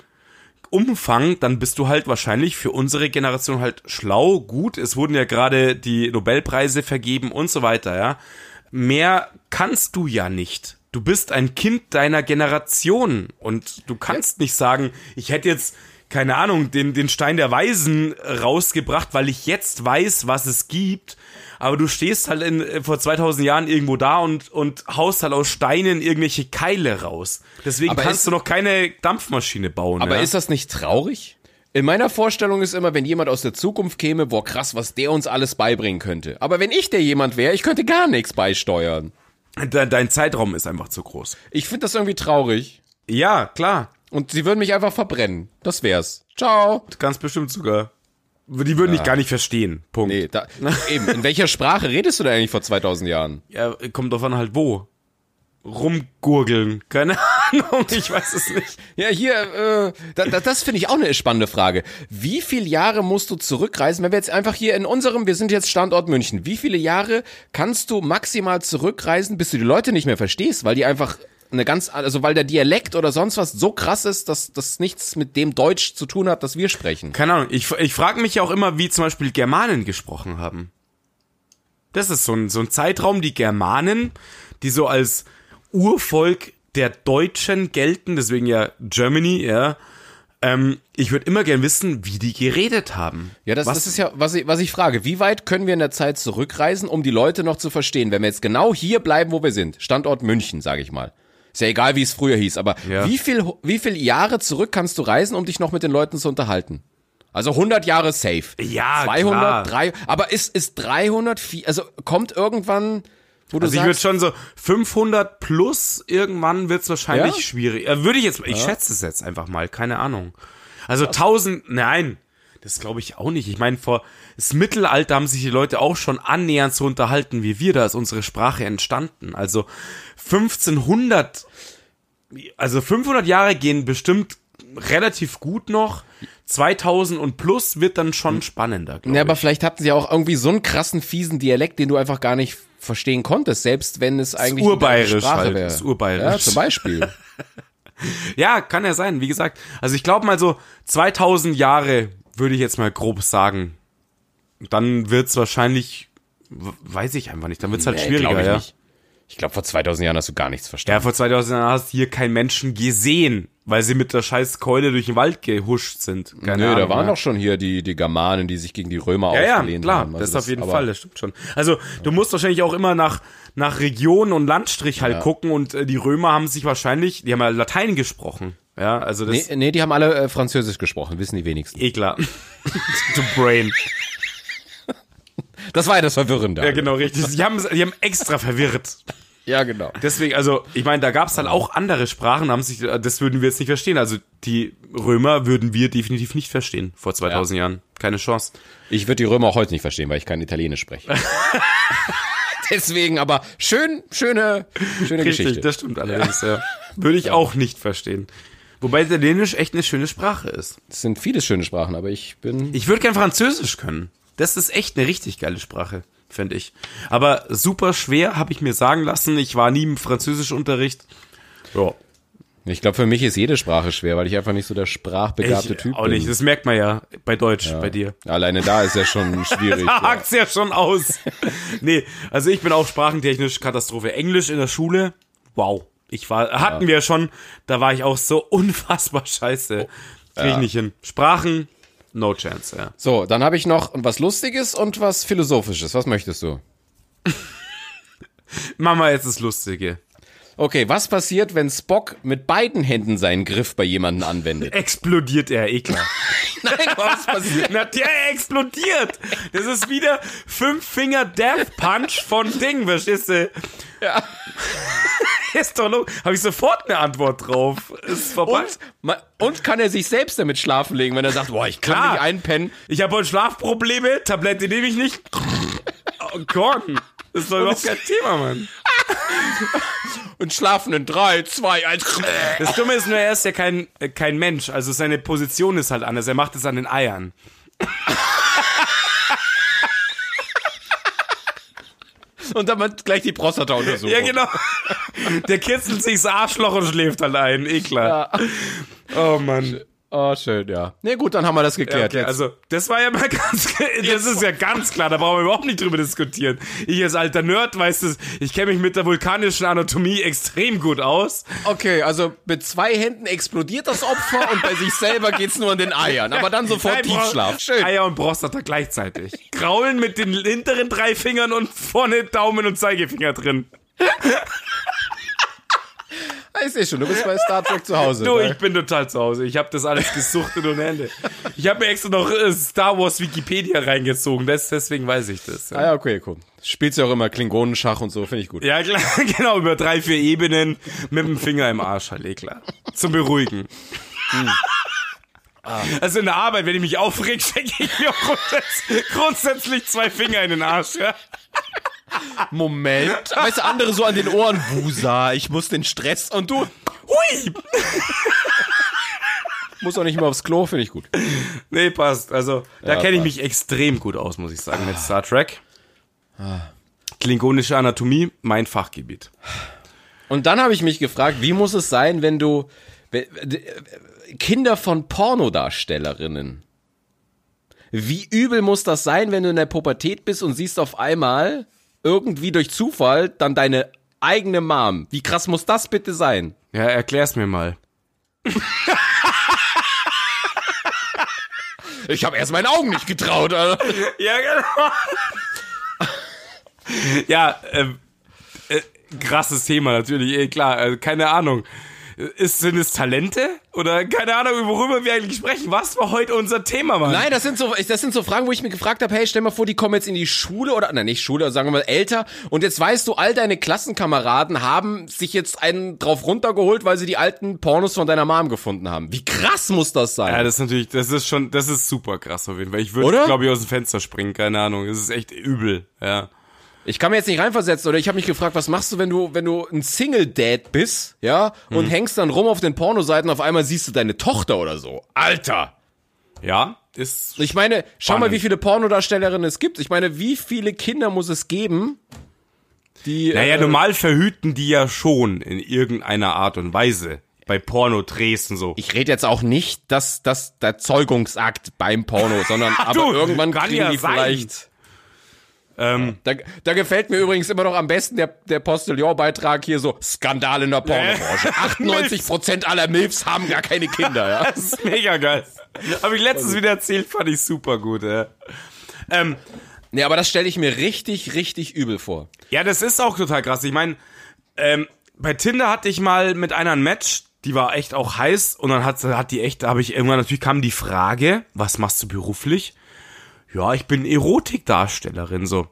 S2: Umfang, dann bist du halt wahrscheinlich für unsere Generation halt schlau, gut. Es wurden ja gerade die Nobelpreise vergeben und so weiter, ja. Mehr kannst du ja nicht. Du bist ein Kind deiner Generation und du kannst nicht sagen, ich hätte jetzt, keine Ahnung, den, den Stein der Weisen rausgebracht, weil ich jetzt weiß, was es gibt. Aber du stehst halt in, vor 2000 Jahren irgendwo da und, und haust halt aus Steinen irgendwelche Keile raus. Deswegen
S1: Aber
S2: kannst
S1: ist-
S2: du noch keine Dampfmaschine bauen.
S1: Aber
S2: ja?
S1: ist das nicht traurig? In meiner Vorstellung ist immer, wenn jemand aus der Zukunft käme, boah krass, was der uns alles beibringen könnte. Aber wenn ich der jemand wäre, ich könnte gar nichts beisteuern.
S2: De dein Zeitraum ist einfach zu groß.
S1: Ich finde das irgendwie traurig.
S2: Ja, klar.
S1: Und sie würden mich einfach verbrennen. Das wär's. Ciao.
S2: Ganz bestimmt sogar. Die würden dich gar nicht verstehen. Punkt.
S1: Nee, da, eben. In welcher Sprache redest du da eigentlich vor 2000 Jahren?
S2: Ja, kommt drauf an halt wo. Rumgurgeln. Keine Ahnung, ich weiß es nicht.
S1: Ja, hier, äh, da, da, das finde ich auch eine spannende Frage. Wie viele Jahre musst du zurückreisen, wenn wir jetzt einfach hier in unserem, wir sind jetzt Standort München, wie viele Jahre kannst du maximal zurückreisen, bis du die Leute nicht mehr verstehst, weil die einfach eine ganz, also weil der Dialekt oder sonst was so krass ist, dass das nichts mit dem Deutsch zu tun hat, das wir sprechen.
S2: Keine Ahnung, ich, ich frage mich ja auch immer, wie zum Beispiel Germanen gesprochen haben. Das ist so ein, so ein Zeitraum, die Germanen, die so als Urvolk der Deutschen gelten, deswegen ja Germany, ja. Ähm, ich würde immer gern wissen, wie die geredet haben.
S1: Ja, das,
S2: Was-
S1: das ist ja, was ich, was ich frage. Wie weit können wir in der Zeit zurückreisen, um die Leute noch zu verstehen, wenn wir jetzt genau hier bleiben, wo wir sind? Standort München, sage ich mal. Ist ja egal, wie es früher hieß, aber
S2: Ja.
S1: wie viel, wie viel Jahre zurück kannst du reisen, um dich noch mit den Leuten zu unterhalten? Also 100 Jahre safe.
S2: Ja,
S1: 200,
S2: klar.
S1: 300, aber ist, ist 300, viel- also kommt irgendwann, wo du
S2: Also ich würde
S1: sagst,
S2: schon so 500 plus irgendwann wird's wahrscheinlich
S1: Ja?
S2: schwierig. Äh, würde ich jetzt, ich schätze es jetzt einfach mal, keine Ahnung. Also 1000, nein, das glaube ich auch nicht. Ich meine, vor das Mittelalter haben sich die Leute auch schon annähernd so unterhalten wie wir, da ist unsere Sprache entstanden. Also 1500, also 500 Jahre gehen bestimmt relativ gut noch. 2000 und plus wird dann schon spannender, glaube
S1: Hm. ja,
S2: ich.
S1: aber vielleicht hatten sie ja auch irgendwie so einen krassen, fiesen Dialekt, den du einfach gar nicht verstehen konntest, selbst wenn es eigentlich
S2: urbayerisch
S1: eine Sprache
S2: halt,
S1: wäre.
S2: ist urbayerisch.
S1: Ja, zum Beispiel.
S2: Ja, kann ja sein, wie gesagt. Also ich glaube mal so 2000 Jahre würde ich jetzt mal grob sagen. Dann wird's wahrscheinlich, w- weiß ich einfach nicht, dann wird's halt
S1: Nee,
S2: schwieriger.
S1: glaub ich
S2: ja.
S1: nicht. Ich glaube, vor 2000 Jahren hast du gar nichts verstanden.
S2: ja, vor 2000 Jahren hast du hier keinen Menschen gesehen, weil sie mit der scheiß Keule durch den Wald gehuscht sind. Keine
S1: Nö,
S2: Ahnung,
S1: da waren
S2: ja.
S1: doch schon hier die, die Germanen, die sich gegen die Römer
S2: Ja, ja,
S1: aufgelehnt
S2: klar,
S1: haben. Also
S2: das ist auf jeden
S1: aber-
S2: Fall, das stimmt schon. Also, du musst wahrscheinlich auch immer nach, nach Region und Landstrich halt gucken und äh, die Römer haben sich wahrscheinlich, die haben ja Latein gesprochen. Ja, also das
S1: Nee, nee, die haben alle äh, Französisch gesprochen, wissen die wenigsten.
S2: eh klar. du Brain.
S1: Das war ja das Verwirrende.
S2: Ja, genau, richtig. Die haben, die haben extra verwirrt.
S1: Ja, genau.
S2: Deswegen, also, ich meine, da gab's halt auch andere Sprachen, haben sich, das würden wir jetzt nicht verstehen. Also, die Römer würden wir definitiv nicht verstehen vor 2000 Jahren. Keine Chance.
S1: Ich würde die Römer auch heute nicht verstehen, weil ich kein Italienisch spreche. Deswegen aber schön, schöne, schöne Geschichte.
S2: das stimmt allerdings, ja. Würde ich auch nicht verstehen. Wobei Italienisch echt eine schöne Sprache ist.
S1: Es sind viele schöne Sprachen, aber ich bin.
S2: Ich würde gern Französisch können. Das ist echt eine richtig geile Sprache, finde ich. Aber super schwer, habe ich mir sagen lassen. Ich war nie im Französischunterricht. Ja,
S1: Ich glaube, für mich ist jede Sprache schwer, weil ich einfach nicht so der sprachbegabte
S2: ich
S1: Typ
S2: auch
S1: bin.
S2: nicht. Das merkt man ja bei Deutsch, bei dir.
S1: Alleine da ist ja schon schwierig.
S2: Da
S1: ja.
S2: hakt's ja schon aus. nee, also ich bin auch sprachentechnisch Katastrophe. Englisch in der Schule, wow. Ich war, hatten wir schon, da war ich auch so unfassbar scheiße. Krieg ich nicht hin. Sprachen, no chance, ja.
S1: So, dann habe ich noch was Lustiges und was Philosophisches. Was möchtest du?
S2: Mama, jetzt ist Lustige.
S1: Okay, was passiert, wenn Spock mit beiden Händen seinen Griff bei jemandem anwendet?
S2: Explodiert er, eklar.
S1: Nein, was passiert?
S2: Na, der explodiert. Das ist wieder fünf Finger Death Punch von Ding, verstehst du?
S1: Ja.
S2: Ist doch lo- Habe ich sofort eine Antwort drauf. Ist vorbei.
S1: Und, ma- und kann er sich selbst damit schlafen legen, wenn er sagt, boah, ich kann
S2: Klar.
S1: nicht einpennen.
S2: Ich habe heute Schlafprobleme, Tablette nehme ich nicht. Oh, Gordon. Das ist doch überhaupt kein Thema, Mann.
S1: Und schlafen in drei, zwei, eins.
S2: Das Dumme ist nur, er ist ja kein, äh, kein Mensch. Also seine Position ist halt anders. Er macht es an den Eiern.
S1: Und dann wird gleich die Prostata untersucht.
S2: Ja, genau. Der kitzelt sich das Arschloch und schläft halt ein. Eh klar. Oh, Mann.
S1: Oh, schön, ja. Nee, gut, dann haben wir das
S2: Ja,
S1: geklärt.
S2: okay,
S1: jetzt.
S2: also das war ja mal ganz, das ist ja ganz klar, da brauchen wir überhaupt nicht drüber diskutieren. Ich als alter Nerd weiß das, ich kenne mich mit der vulkanischen Anatomie extrem gut aus.
S1: okay, also mit zwei Händen explodiert das Opfer und bei sich selber geht's nur an den Eiern. Aber dann sofort
S2: Nein,
S1: Tiefschlaf.
S2: Bro-
S1: Schön.
S2: Eier und Prostata gleichzeitig. Kraulen mit den hinteren drei Fingern und vorne Daumen und Zeigefinger drin.
S1: Ah, Ich sehe schon, du bist bei Star Trek zu Hause.
S2: Du,
S1: ne?
S2: ich bin total zu Hause. Ich habe das alles gesuchtet ohne Ende. Ich habe mir extra noch äh, Star Wars Wikipedia reingezogen, das, deswegen weiß ich das.
S1: ah, ja, okay, cool. Spielst ja auch immer Klingonenschach und so, finde ich gut.
S2: Ja, klar, genau, über drei, vier Ebenen mit dem Finger im Arsch halt, eh klar. Zum Beruhigen. Hm. Also in der Arbeit, wenn ich mich aufreg, stecke ich mir grundsätzlich, grundsätzlich zwei Finger in den Arsch. Ja?
S1: Moment. Weißt du, andere so an den Ohren, Wusa, ich muss den Stress und du
S2: Hui!
S1: musst auch nicht mehr aufs Klo, finde ich gut.
S2: Nee, passt. Also, da
S1: Ja,
S2: kenne ich
S1: passt.
S2: mich extrem gut aus, muss ich sagen, mit Star Trek. Klingonische Anatomie, mein Fachgebiet.
S1: Und dann habe ich mich gefragt, wie muss es sein, wenn du we- d- Kinder von Pornodarstellerinnen. Wie übel muss das sein, wenn du in der Pubertät bist und siehst auf einmal irgendwie durch Zufall dann deine eigene Mom? Wie krass muss das bitte sein?
S2: Ja, erklär's mir mal.
S1: Ich habe erst meinen Augen nicht getraut. Alter.
S2: Ja, genau. ja, ähm, äh, krasses Thema natürlich, eh, klar, also, keine Ahnung. Ist, sind es Talente? Oder keine Ahnung, worüber wir eigentlich sprechen? Was war heute unser Thema, Mann?
S1: Nein, das sind so, das sind so Fragen, wo ich mir gefragt habe, hey, stell mal vor, die kommen jetzt in die Schule oder, nein, nicht Schule, sagen wir mal älter. Und jetzt weißt du, all deine Klassenkameraden haben sich jetzt einen drauf runtergeholt, weil sie die alten Pornos von deiner Mom gefunden haben. Wie krass muss das sein?
S2: Ja, das ist natürlich, das ist schon, das ist super krass auf jeden Fall. Ich würde,
S1: Oder?
S2: glaube ich, aus dem Fenster springen, keine Ahnung. Das ist echt übel, ja.
S1: ich kann mir jetzt nicht reinversetzen oder ich habe mich gefragt, was machst du, wenn du, wenn du ein Single-Dad bist, ja, und hängst dann rum auf den Pornoseiten, auf einmal siehst du deine Tochter oder so. Alter!
S2: Ja, ist,
S1: Ich meine, schau mal,
S2: Spannend.
S1: wie viele Pornodarstellerinnen es gibt. Ich meine, wie viele Kinder muss es geben, die.
S2: naja,
S1: äh,
S2: normal verhüten die ja schon in irgendeiner Art und Weise. Bei Pornodrehs und so.
S1: Ich rede jetzt auch nicht, dass das der Zeugungsakt beim Porno, sondern aber irgendwann
S2: kann
S1: kriegen
S2: ja
S1: die
S2: sein.
S1: vielleicht.
S2: Ähm,
S1: Da, da gefällt mir übrigens immer noch am besten der, der Postillon-Beitrag hier so Skandal in der Pornobranche. 98 Prozent aller Milfs haben gar keine Kinder. Ja?
S2: Das ist mega geil. Habe ich letztens wieder erzählt, fand ich super gut. Ja, ähm,
S1: Nee, aber das stelle ich mir richtig, richtig übel vor.
S2: ja das ist auch total krass. Ich meine, ähm, bei Tinder hatte ich mal mit einer ein Match, die war echt auch heiß und dann hat, hat die echt, da habe ich irgendwann natürlich kam die Frage, was machst du beruflich? Ja, ich bin Erotikdarstellerin so.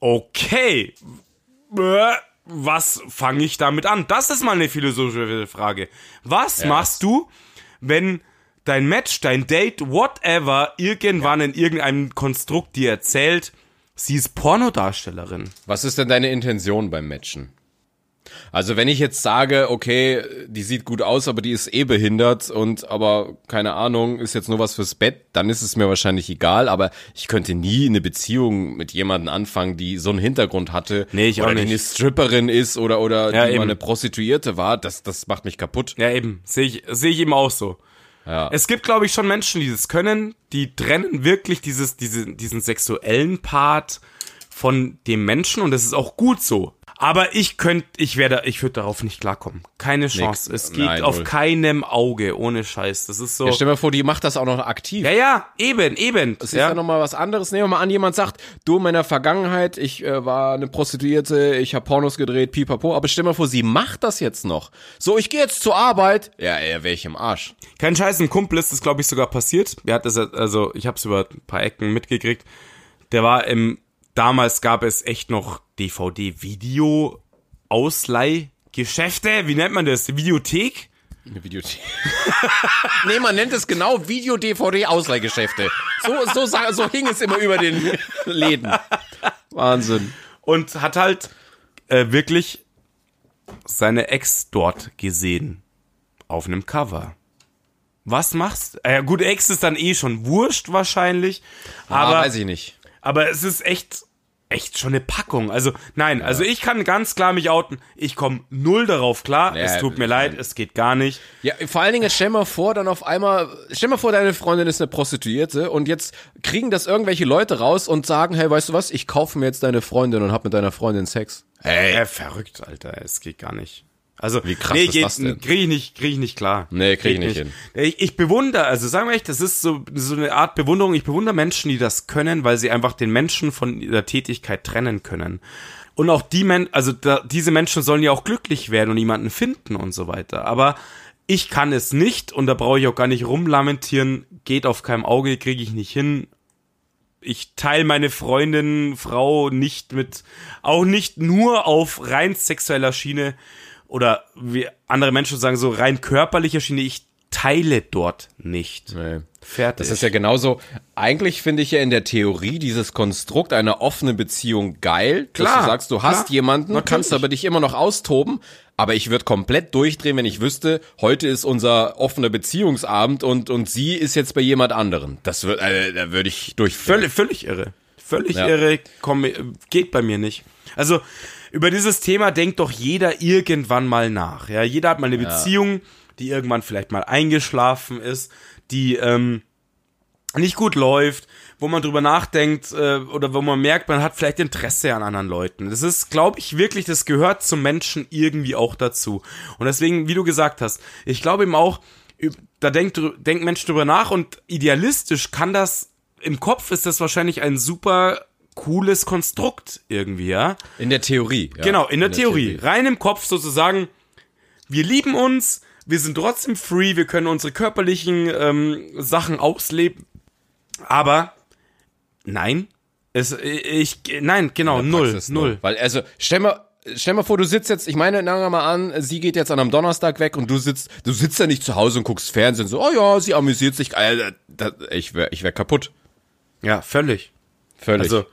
S2: Okay. Äh, Was fange ich damit an? Das ist mal eine philosophische Frage. Was machst du, wenn dein Match, dein Date, whatever, irgendwann in irgendeinem Konstrukt dir erzählt, sie ist Pornodarstellerin?
S1: Was ist denn deine Intention beim Matchen? Also wenn ich jetzt sage, okay, die sieht gut aus, aber die ist eh behindert und aber keine Ahnung, ist jetzt nur was fürs Bett, dann ist es mir wahrscheinlich egal, aber ich könnte nie eine Beziehung mit jemandem anfangen, die so einen Hintergrund hatte
S2: Nee, ich
S1: oder
S2: auch
S1: die
S2: nicht.
S1: eine Stripperin ist oder oder
S2: Ja,
S1: die
S2: eben.
S1: mal eine Prostituierte war, das das macht mich kaputt.
S2: Ja, eben. Sehe ich, sehe ich eben auch so. Ja. Es gibt, glaube ich, schon Menschen, die das können, die trennen wirklich dieses, diese, diesen sexuellen Part von dem Menschen und das ist auch gut so. Aber ich könnte, ich werde, ich würde darauf nicht klarkommen. Keine Chance. es geht
S1: Nein,
S2: auf
S1: null.
S2: keinem Auge, ohne Scheiß. Das ist so.
S1: Ja, stell dir mal vor, die macht das auch noch aktiv.
S2: Ja, ja, eben, eben.
S1: Das ist ja, nochmal was anderes. Nehmen wir mal an, jemand sagt, du in meiner Vergangenheit, ich äh, war eine Prostituierte, ich habe Pornos gedreht, pipapo. Aber stell mal vor, sie macht das jetzt noch. So, ich gehe jetzt zur Arbeit. Ja, er wäre ich im Arsch.
S2: Kein Scheiß, ein Kumpel ist das, glaube ich, sogar passiert. Er hat das, also ich habe es über ein paar Ecken mitgekriegt. Der war im, damals gab es echt noch DVD-Video-Ausleihgeschäfte. Wie nennt man das? Videothek?
S1: Eine Videothek. nee, man nennt es genau Video-DVD-Ausleihgeschäfte. So, so, sa- so hing es immer über den Läden. Wahnsinn.
S2: Und hat halt äh, wirklich seine Ex dort gesehen. Auf einem Cover. Was machst? Ah Ja gut, Ex ist dann eh schon wurscht wahrscheinlich.
S1: ah,
S2: Aber
S1: weiß ich nicht.
S2: Aber es ist echt, echt schon eine Packung. Also, nein, also ich kann ganz klar mich outen. Ich komme null darauf klar.
S1: Ja,
S2: es tut mir
S1: ich
S2: leid,
S1: meine-
S2: es geht gar nicht.
S1: Ja, vor allen Dingen, jetzt stell mal vor, dann auf einmal, stell mal vor, deine Freundin ist eine Prostituierte und jetzt kriegen das irgendwelche Leute raus und sagen, hey, weißt du was, ich kaufe mir jetzt deine Freundin und hab mit deiner Freundin Sex.
S2: Äh, verrückt, Alter, es geht gar nicht. Also, wie
S1: krass ist das denn?
S2: Krieg ich nicht, krieg ich nicht klar.
S1: Nee, krieg ich nicht
S2: Ich, ich bewundere, also sagen wir echt, das ist so, so eine Art Bewunderung. Ich bewundere Menschen, die das können, weil sie einfach den Menschen von ihrer Tätigkeit trennen können. Und auch die Men also da, diese Menschen sollen ja auch glücklich werden und jemanden finden und so weiter. Aber ich kann es nicht und da brauche ich auch gar nicht rumlamentieren. Geht auf keinem Auge, kriege ich nicht hin, ich teile meine Freundin, Frau nicht mit, auch nicht nur auf rein sexueller Schiene oder wie andere Menschen sagen, so rein körperlicher Schiene. Ich teile dort nicht.
S1: Nee.
S2: Fertig.
S1: Das ist ja genauso. Eigentlich finde ich ja in der Theorie dieses Konstrukt einer offenen Beziehung geil.
S2: Klar,
S1: dass du sagst, du
S2: klar,
S1: hast jemanden,
S2: natürlich.
S1: kannst aber dich immer noch austoben. Aber ich würde komplett durchdrehen, wenn ich wüsste, heute ist unser offener Beziehungsabend und, und sie ist jetzt bei jemand anderen. Das würde, äh, da würde ich durchführen.
S2: völlig, völlig irre. Völlig
S1: Ja.
S2: irre. Komm, äh, geht bei mir nicht. Also über dieses Thema denkt doch jeder irgendwann mal nach. Ja, jeder hat mal eine Beziehung, die irgendwann vielleicht mal eingeschlafen ist, die ähm, nicht gut läuft, wo man drüber nachdenkt äh, oder wo man merkt, man hat vielleicht Interesse an anderen Leuten. Das ist, glaube ich, wirklich, das gehört zum Menschen irgendwie auch dazu. Und deswegen, wie du gesagt hast, ich glaube eben auch, üb- da denkt, drü- denkt Mensch drüber nach und idealistisch kann das, im Kopf ist das wahrscheinlich ein super cooles Konstrukt irgendwie, ja.
S1: In der Theorie. Ja.
S2: Genau, in der, Theorie. Rein im Kopf sozusagen, wir lieben uns, wir sind trotzdem free, wir können unsere körperlichen ähm, Sachen ausleben. Aber nein, es, äh, ich, nein, genau, null,
S1: Praxis
S2: null.
S1: Weil, also, stell mal, stell mal vor, du sitzt jetzt, ich meine, nehmen wir mal an, sie geht jetzt an einem Donnerstag weg und du sitzt, du sitzt ja nicht zu Hause und guckst Fernsehen so, oh ja, sie amüsiert sich, Alter, das, ich wär, ich wär kaputt.
S2: Ja, völlig.
S1: Völlig.
S2: Also,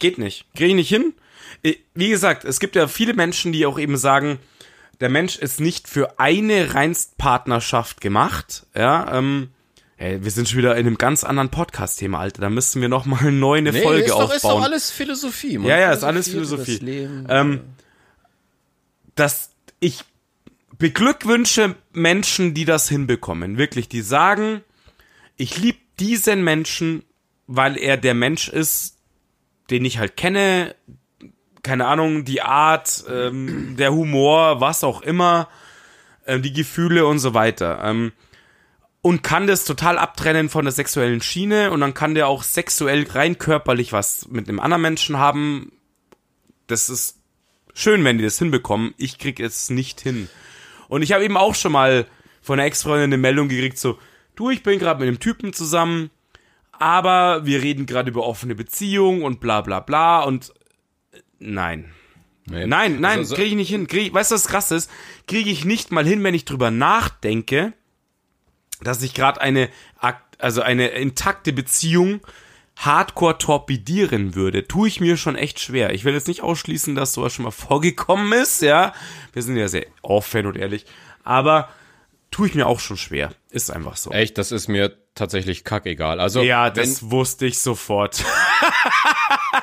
S2: geht nicht. Kriege ich nicht hin. Äh, Wie gesagt, es gibt ja viele Menschen, die auch eben sagen, der Mensch ist nicht für eine reinst Partnerschaft gemacht. Ja, ähm, ey, wir sind schon wieder in einem ganz anderen Podcast-Thema, Alter. Da müssten wir noch mal eine neue eine Folge
S1: ist doch,
S2: aufbauen.
S1: ist doch alles Philosophie, Mann.
S2: Ja, ja, ist alles
S1: Das
S2: Philosophie.
S1: Leben.
S2: ähm, dass ich beglückwünsche Menschen, die das hinbekommen. Wirklich, die sagen, ich liebe diesen Menschen, weil er der Mensch ist, den ich halt kenne. Keine Ahnung, die Art, ähm, der Humor, was auch immer, ähm, die Gefühle und so weiter. Ähm, und kann das total abtrennen von der sexuellen Schiene und dann kann der auch sexuell rein körperlich was mit einem anderen Menschen haben. Das ist schön, wenn die das hinbekommen. Ich krieg es nicht hin. Und ich habe eben auch schon mal von einer Ex-Freundin eine Meldung gekriegt, so, du, ich bin gerade mit einem Typen zusammen, aber wir reden gerade über offene Beziehung und bla bla bla und äh, nein.
S1: Nee.
S2: Nein, nein,
S1: Also, so-
S2: kriege ich nicht hin. Krieg, weißt du, was krass ist? Kriege ich nicht mal hin, wenn ich drüber nachdenke, dass ich gerade eine, ak- also eine intakte Beziehung hardcore torpedieren würde. Tue ich mir schon echt schwer. Ich will jetzt nicht ausschließen, dass sowas schon mal vorgekommen ist, ja. Wir sind ja sehr offen und ehrlich. Aber tue ich mir auch schon schwer. Ist einfach so.
S1: Echt, das ist mir tatsächlich kackegal. Also,
S2: ja,
S1: wenn,
S2: das wusste ich sofort.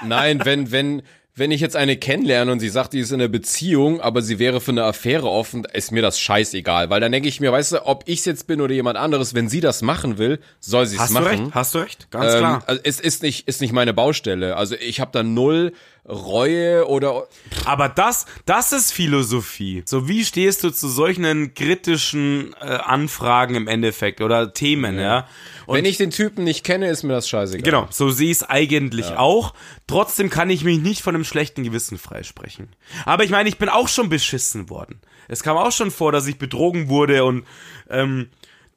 S1: Nein, wenn, wenn, wenn ich jetzt eine kennenlerne und sie sagt, die ist in einer Beziehung, aber sie wäre für eine Affäre offen, ist mir das scheißegal, weil dann denke ich mir, weißt du, ob ich jetzt bin oder jemand anderes, wenn sie das machen will, soll sie es
S2: Hast
S1: machen.
S2: du recht? Hast du recht? Ganz
S1: Ähm,
S2: klar.
S1: Also es ist nicht, ist nicht meine Baustelle. Also ich habe da null Reue oder
S2: Aber das, das ist Philosophie. So, wie stehst du zu solchen kritischen äh, Anfragen im Endeffekt oder Themen, ja? Und
S1: wenn ich den Typen nicht kenne, ist mir das scheißegal.
S2: Genau, so sehe ich es eigentlich auch. Trotzdem kann ich mich nicht von einem schlechten Gewissen freisprechen. Aber ich meine, ich bin auch schon beschissen worden. Es kam auch schon vor, dass ich betrogen wurde und ähm,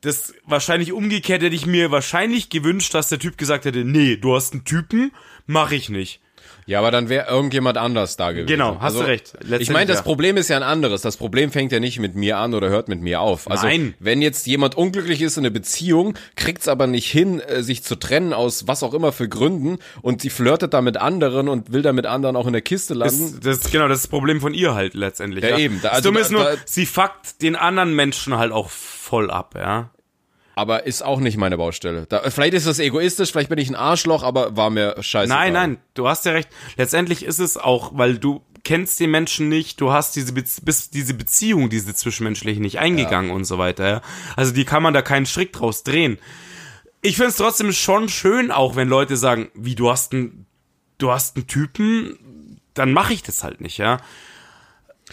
S2: das wahrscheinlich umgekehrt hätte ich mir wahrscheinlich gewünscht, dass der Typ gesagt hätte, nee, du hast einen Typen, mach ich nicht.
S1: Ja, aber dann wäre irgendjemand anders da gewesen. Also,
S2: Genau, hast du recht. Letztendlich,
S1: Ich meine, das
S2: ja.
S1: Problem ist ja ein anderes. Das Problem fängt ja nicht mit mir an oder hört mit mir auf. Also,
S2: Nein.
S1: wenn jetzt jemand unglücklich ist in einer Beziehung, kriegt's aber nicht hin, äh, sich zu trennen aus was auch immer für Gründen und sie flirtet da mit anderen und will da mit anderen auch in der Kiste landen.
S2: Das, das, genau, das ist das Problem von ihr halt letztendlich.
S1: Mhm. Ja, eben. Da-
S2: das
S1: also
S2: Dumme
S1: da-
S2: ist nur,
S1: da-
S2: sie fuckt den anderen Menschen halt auch voll ab, ja.
S1: aber ist auch nicht meine Baustelle. Da, vielleicht ist das egoistisch, vielleicht bin ich ein Arschloch, aber war mir scheiße.
S2: Nein, nein, du hast ja recht. Letztendlich ist es auch, weil du kennst den Menschen nicht, du hast diese, Bez bist diese Beziehung, diese zwischenmenschliche nicht eingegangen und so weiter. Ja? Also die kann man da keinen Strick draus drehen. Ich find's trotzdem schon schön, auch wenn Leute sagen, wie du hast einen, du hast einen Typen, dann mache ich das halt nicht, ja.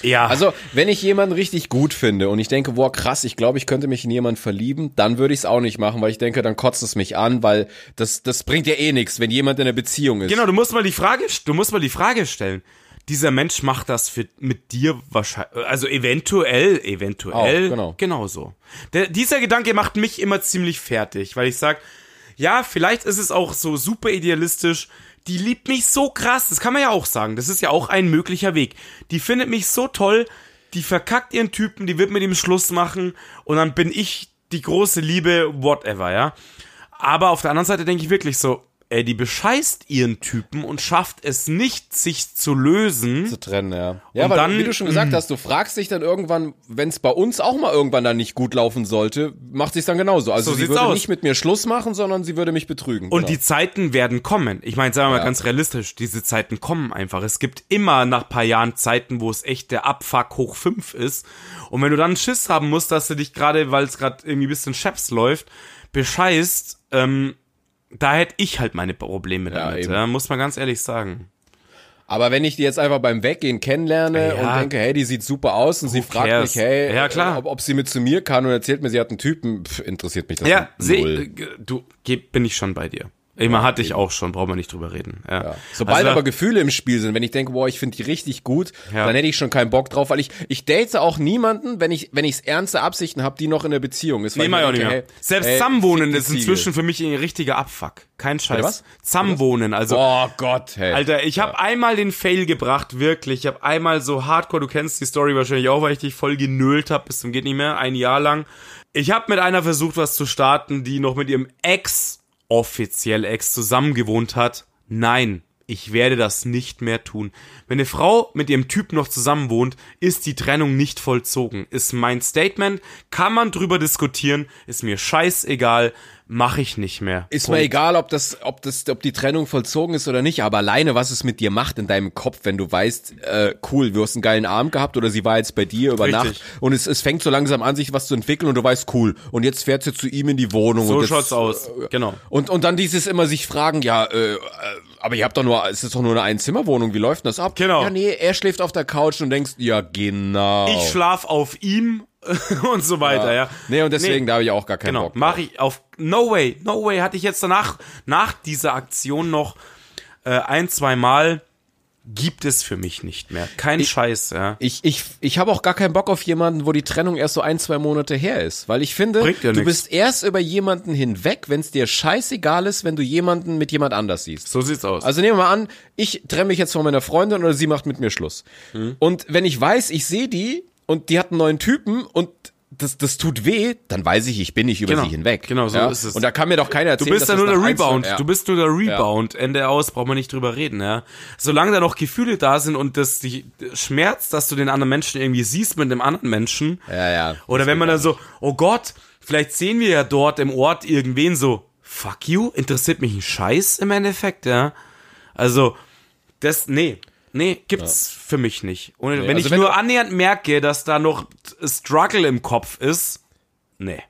S2: Ja,
S1: Also, wenn ich jemanden richtig gut finde und ich denke, boah, krass, ich glaube, ich könnte mich in jemanden verlieben, dann würde ich es auch nicht machen, weil ich denke, dann kotzt es mich an, weil das, das bringt ja eh nichts, wenn jemand in einer Beziehung ist.
S2: genau, du musst mal die Frage, du musst mal die Frage stellen. Dieser Mensch macht das für, mit dir wahrscheinlich, also eventuell, eventuell,
S1: Auch, genau.
S2: genauso. Der, dieser Gedanke macht mich immer ziemlich fertig, weil ich sag, ja, vielleicht ist es auch so super idealistisch. Die liebt mich so krass, das kann man ja auch sagen. Das ist ja auch ein möglicher Weg. Die findet mich so toll, die verkackt ihren Typen, die wird mit ihm Schluss machen und dann bin ich die große Liebe, whatever, ja. Aber auf der anderen Seite denke ich wirklich so, ey, die bescheißt ihren Typen und schafft es nicht, sich zu lösen.
S1: Zu trennen, ja. Ja,
S2: Und
S1: weil,
S2: dann-
S1: wie du schon gesagt hast, du fragst dich dann irgendwann, wenn es bei uns auch mal irgendwann dann nicht gut laufen sollte, macht sich dann genauso. Also
S2: So
S1: sie
S2: sieht's
S1: würde
S2: aus.
S1: nicht mit mir Schluss machen, sondern sie würde mich betrügen. genau.
S2: Und die Zeiten werden kommen. Ich meine, sagen wir mal ganz realistisch, diese Zeiten kommen einfach. Es gibt immer nach paar Jahren Zeiten, wo es echt der Abfuck hoch fünf ist. Und wenn du dann Schiss haben musst, dass du dich gerade, weil es gerade irgendwie ein bisschen scheps läuft, bescheißt, ähm, da hätte ich halt meine Probleme damit.
S1: eben.
S2: Ja, muss man ganz ehrlich sagen.
S1: Aber wenn ich die jetzt einfach beim Weggehen kennenlerne
S2: Ja.
S1: und denke, hey, die sieht super aus und sie fragt
S2: cares?
S1: mich, hey,
S2: Ja, klar.
S1: äh, Ob, ob sie mit zu mir kann und erzählt mir, sie hat einen Typen, pff, interessiert mich das
S2: Ja,
S1: null.
S2: seh, äh, du geh, bin ich schon bei dir. Immer hatte ich auch schon, brauchen wir nicht drüber reden. Ja.
S1: Sobald
S2: Also da-
S1: aber Gefühle im Spiel sind, wenn ich denke, boah, ich finde die richtig gut,
S2: Ja.
S1: dann hätte ich schon keinen Bock drauf, weil ich ich date auch niemanden, wenn ich wenn ich ernste Absichten habe, die noch in der Beziehung ist. weil
S2: Nee, mach
S1: ich
S2: ich
S1: mir
S2: auch nicht
S1: denke,
S2: mehr.
S1: hey,
S2: Selbst
S1: hey,
S2: Zusammenwohnen
S1: fick die
S2: ist
S1: Ziege.
S2: inzwischen für mich ein richtiger Abfuck. Kein Scheiß.
S1: was?
S2: Zusammenwohnen, also
S1: Oh Gott, hey.
S2: Alter, ich habe einmal den Fail gebracht, wirklich. Ich habe einmal so hardcore, du kennst die Story wahrscheinlich auch, weil ich dich voll genölt habe bis zum geht nicht mehr, ein Jahr lang. Ich habe mit einer versucht, was zu starten, die noch mit ihrem Ex, offiziell Ex, zusammengewohnt hat. Nein, ich werde das nicht mehr tun. Wenn eine Frau mit ihrem Typ noch zusammenwohnt, ist die Trennung nicht vollzogen. Ist mein Statement, kann man drüber diskutieren, ist mir scheißegal, mache ich nicht mehr.
S1: Ist mir egal, ob das, ob das, ob die Trennung vollzogen ist oder nicht, aber alleine, was es mit dir macht in deinem Kopf, wenn du weißt, äh, cool, du hast einen geilen Abend gehabt oder sie war jetzt bei dir über
S2: Richtig.
S1: Nacht und es, es fängt so langsam an, sich was zu entwickeln und du weißt, cool, und jetzt fährt sie zu ihm in die Wohnung.
S2: So
S1: und das- äh,
S2: schaut's aus. Genau.
S1: Und, und dann dieses immer sich fragen, ja, äh, äh, aber ihr habt doch nur, es ist doch nur eine Einzimmerwohnung, wie läuft denn das ab?
S2: Genau.
S1: Ja, nee, er schläft auf der Couch und denkst, ja, genau.
S2: ich schlaf auf ihm und so weiter, ja.
S1: Nee, und deswegen, da habe ich auch gar keinen
S2: genau,
S1: Bock.
S2: mache ich auf No Way, No Way hatte ich jetzt danach nach dieser Aktion noch äh, ein, zwei Mal gibt es für mich nicht mehr. Kein Scheiß, ja.
S1: Ich, ich, ich habe auch gar keinen Bock auf jemanden, wo die Trennung erst so ein, zwei Monate her ist. Weil ich finde,
S2: Bringt ja
S1: du
S2: nix.
S1: bist erst über jemanden hinweg, wenn es dir scheißegal ist, wenn du jemanden mit jemand anders siehst.
S2: So sieht's aus.
S1: Also nehmen wir mal an, ich trenne mich jetzt von meiner Freundin oder sie macht mit mir Schluss. Und wenn ich weiß, ich sehe die und die hat einen neuen Typen und das, das tut weh, dann weiß ich, ich bin nicht über
S2: Genau.
S1: sie hinweg.
S2: Genau, so ist es.
S1: Und da kann mir doch keiner
S2: Du
S1: erzählen,
S2: bist
S1: dass
S2: ja nur
S1: das
S2: der
S1: nach einzelnen-
S2: Rebound.
S1: Ja.
S2: Du bist nur der Rebound. Ende aus, braucht man nicht drüber reden, ja. Solange da noch Gefühle da sind und das die Schmerz, dass du den anderen Menschen irgendwie siehst mit dem anderen Menschen.
S1: Ja, ja.
S2: Oder wenn man dann so, oh Gott, vielleicht sehen wir ja dort im Ort irgendwen so, fuck you, interessiert mich ein Scheiß im Endeffekt, ja. Also, das, nee. Nee, gibt's für mich nicht. Und
S1: Nee,
S2: wenn
S1: also
S2: ich
S1: wenn
S2: nur
S1: du-
S2: annähernd merke, dass da noch Struggle im Kopf ist, nee.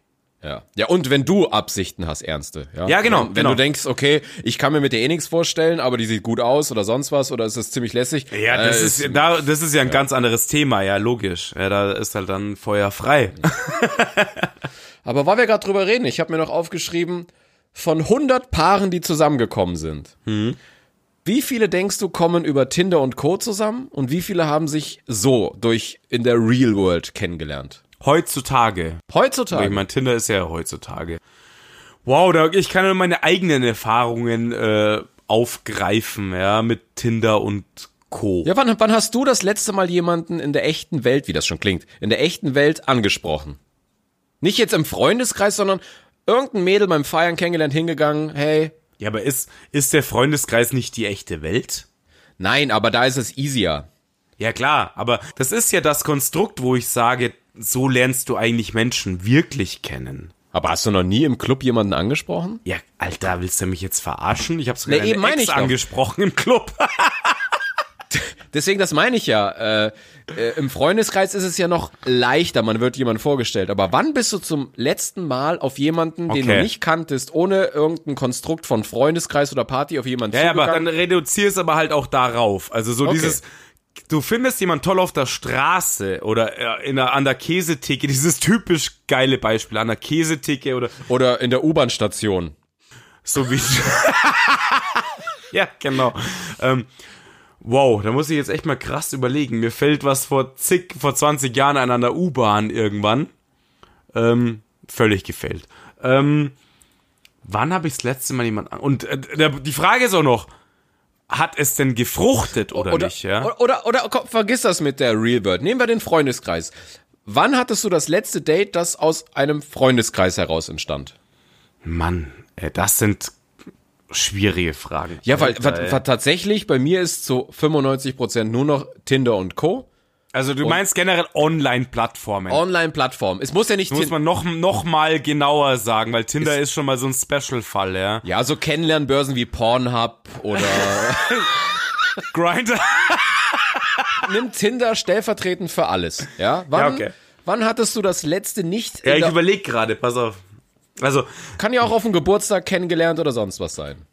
S1: Ja. ja, und wenn du Absichten hast, ernste. Ja,
S2: Ja, genau,
S1: Wenn, wenn
S2: genau.
S1: du denkst, okay, ich kann mir mit der eh nichts vorstellen, aber die sieht gut aus oder sonst was oder ist das ziemlich lässig.
S2: Ja,
S1: äh,
S2: das ist, da, das ist ja ein ganz anderes Thema, ja, logisch. Ja, da ist halt dann Feuer frei.
S1: Aber weil wir gerade drüber reden, ich habe mir noch aufgeschrieben, von 100 Paaren, die zusammengekommen sind, wie viele denkst du kommen über Tinder und Co. zusammen und wie viele haben sich so durch in der Real World kennengelernt?
S2: Heutzutage.
S1: Heutzutage.
S2: Ich meine, Tinder ist ja heutzutage. Wow, da, ich kann nur meine eigenen Erfahrungen äh, aufgreifen, ja, mit Tinder und Co.
S1: ja, wann, wann hast du das letzte Mal jemanden in der echten Welt, wie das schon klingt, in der echten Welt angesprochen? Nicht jetzt im Freundeskreis, sondern irgendein Mädel beim Feiern kennengelernt, hingegangen, hey,
S2: Ja, aber ist, ist der Freundeskreis nicht die echte Welt?
S1: nein, aber da ist es easier.
S2: Ja, klar, aber das ist ja das Konstrukt, wo ich sage, so lernst du eigentlich Menschen wirklich kennen.
S1: Aber hast du noch nie im Club jemanden angesprochen?
S2: Ja, Alter, willst du mich jetzt verarschen? Ich hab's sogar
S1: Nee,
S2: nee,
S1: eben
S2: eben
S1: meine ich
S2: Ex
S1: doch.
S2: angesprochen im Club.
S1: Deswegen, das meine ich ja. Äh, äh, Im Freundeskreis ist es ja noch leichter, man wird jemand vorgestellt. Aber wann bist du zum letzten Mal auf jemanden, den
S2: Okay.
S1: du nicht kanntest, ohne irgendein Konstrukt von Freundeskreis oder Party auf jemanden
S2: Ja, ja, aber dann
S1: zugegangen?
S2: reduzierst aber halt auch darauf. Also so
S1: Okay.
S2: dieses, du findest jemand toll auf der Straße oder äh, in der, an der Käsetheke, dieses typisch geile Beispiel, an der Käsetheke oder
S1: Oder in der U-Bahn-Station.
S2: so wie. ja, genau. Ähm, wow, da muss ich jetzt echt mal krass überlegen. Mir fällt was vor zig, vor 20 Jahren an einer U-Bahn irgendwann. Ähm, völlig gefällt. Ähm, wann habe ich das letzte Mal jemand an? Und äh, der, die Frage ist auch noch, hat es denn gefruchtet oder, nicht? Ja?
S1: oder, oder, oder komm, vergiss das mit der Real World. Nehmen wir den Freundeskreis. Wann hattest du das letzte Date, das aus einem Freundeskreis heraus entstand?
S2: Mann, äh, das sind schwierige Fragen.
S1: Ja, weil,
S2: Alter,
S1: weil,
S2: ey.
S1: weil tatsächlich bei mir ist zu 95% nur noch Tinder und Co.
S2: also du meinst generell Online-Plattformen.
S1: Online-Plattform. Es muss ja nicht
S2: Muss
S1: Tin-
S2: man noch, noch mal genauer sagen, weil Tinder ist, schon mal so ein Special-Fall, ja.
S1: Ja, so Kennenlernbörsen wie Pornhub oder
S2: Grinder.
S1: nimm Tinder stellvertretend für alles. Ja, wann,
S2: Ja, okay.
S1: wann hattest du das letzte nicht?
S2: Ja,
S1: in
S2: ich
S1: der,
S2: überlege gerade, pass auf. Also,
S1: kann ja auch auf dem Geburtstag kennengelernt oder sonst was sein.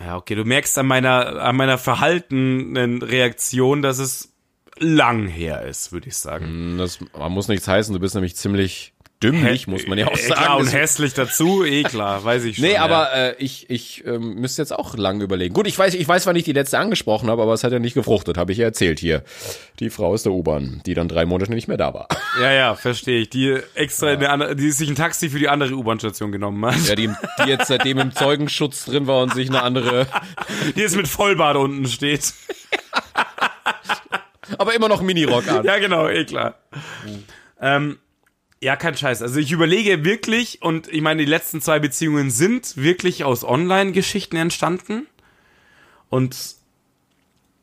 S2: ja, okay, du merkst an meiner, an meiner verhaltenen Reaktion, dass es lang her ist, würde ich sagen.
S1: Hm, Das man muss nichts heißen. Du bist nämlich ziemlich dümmlich, muss man ja auch
S2: Äh, Klar,
S1: sagen.
S2: und
S1: Das-
S2: hässlich dazu, eh klar, weiß ich schon.
S1: Nee,
S2: ja.
S1: aber äh, ich, ich ähm, müsste jetzt auch lange überlegen. Gut, ich weiß, ich weiß, wann ich die letzte angesprochen habe, aber es hat ja nicht gefruchtet, habe ich ja erzählt hier. Die Frau aus der U-Bahn, die dann drei Monate nicht mehr da war.
S2: Ja, ja, verstehe ich. Die extra, in der andere, die sich ein Taxi für die andere U-Bahn-Station genommen hat.
S1: Ja, die, die jetzt seitdem im Zeugenschutz drin war und sich eine andere
S2: Die jetzt mit Vollbart unten steht.
S1: aber immer noch Minirock an.
S2: Ja, genau, eh klar. Ähm, ja, kein Scheiß. Also ich überlege wirklich, und ich meine, die letzten zwei Beziehungen sind wirklich aus Online-Geschichten entstanden. Und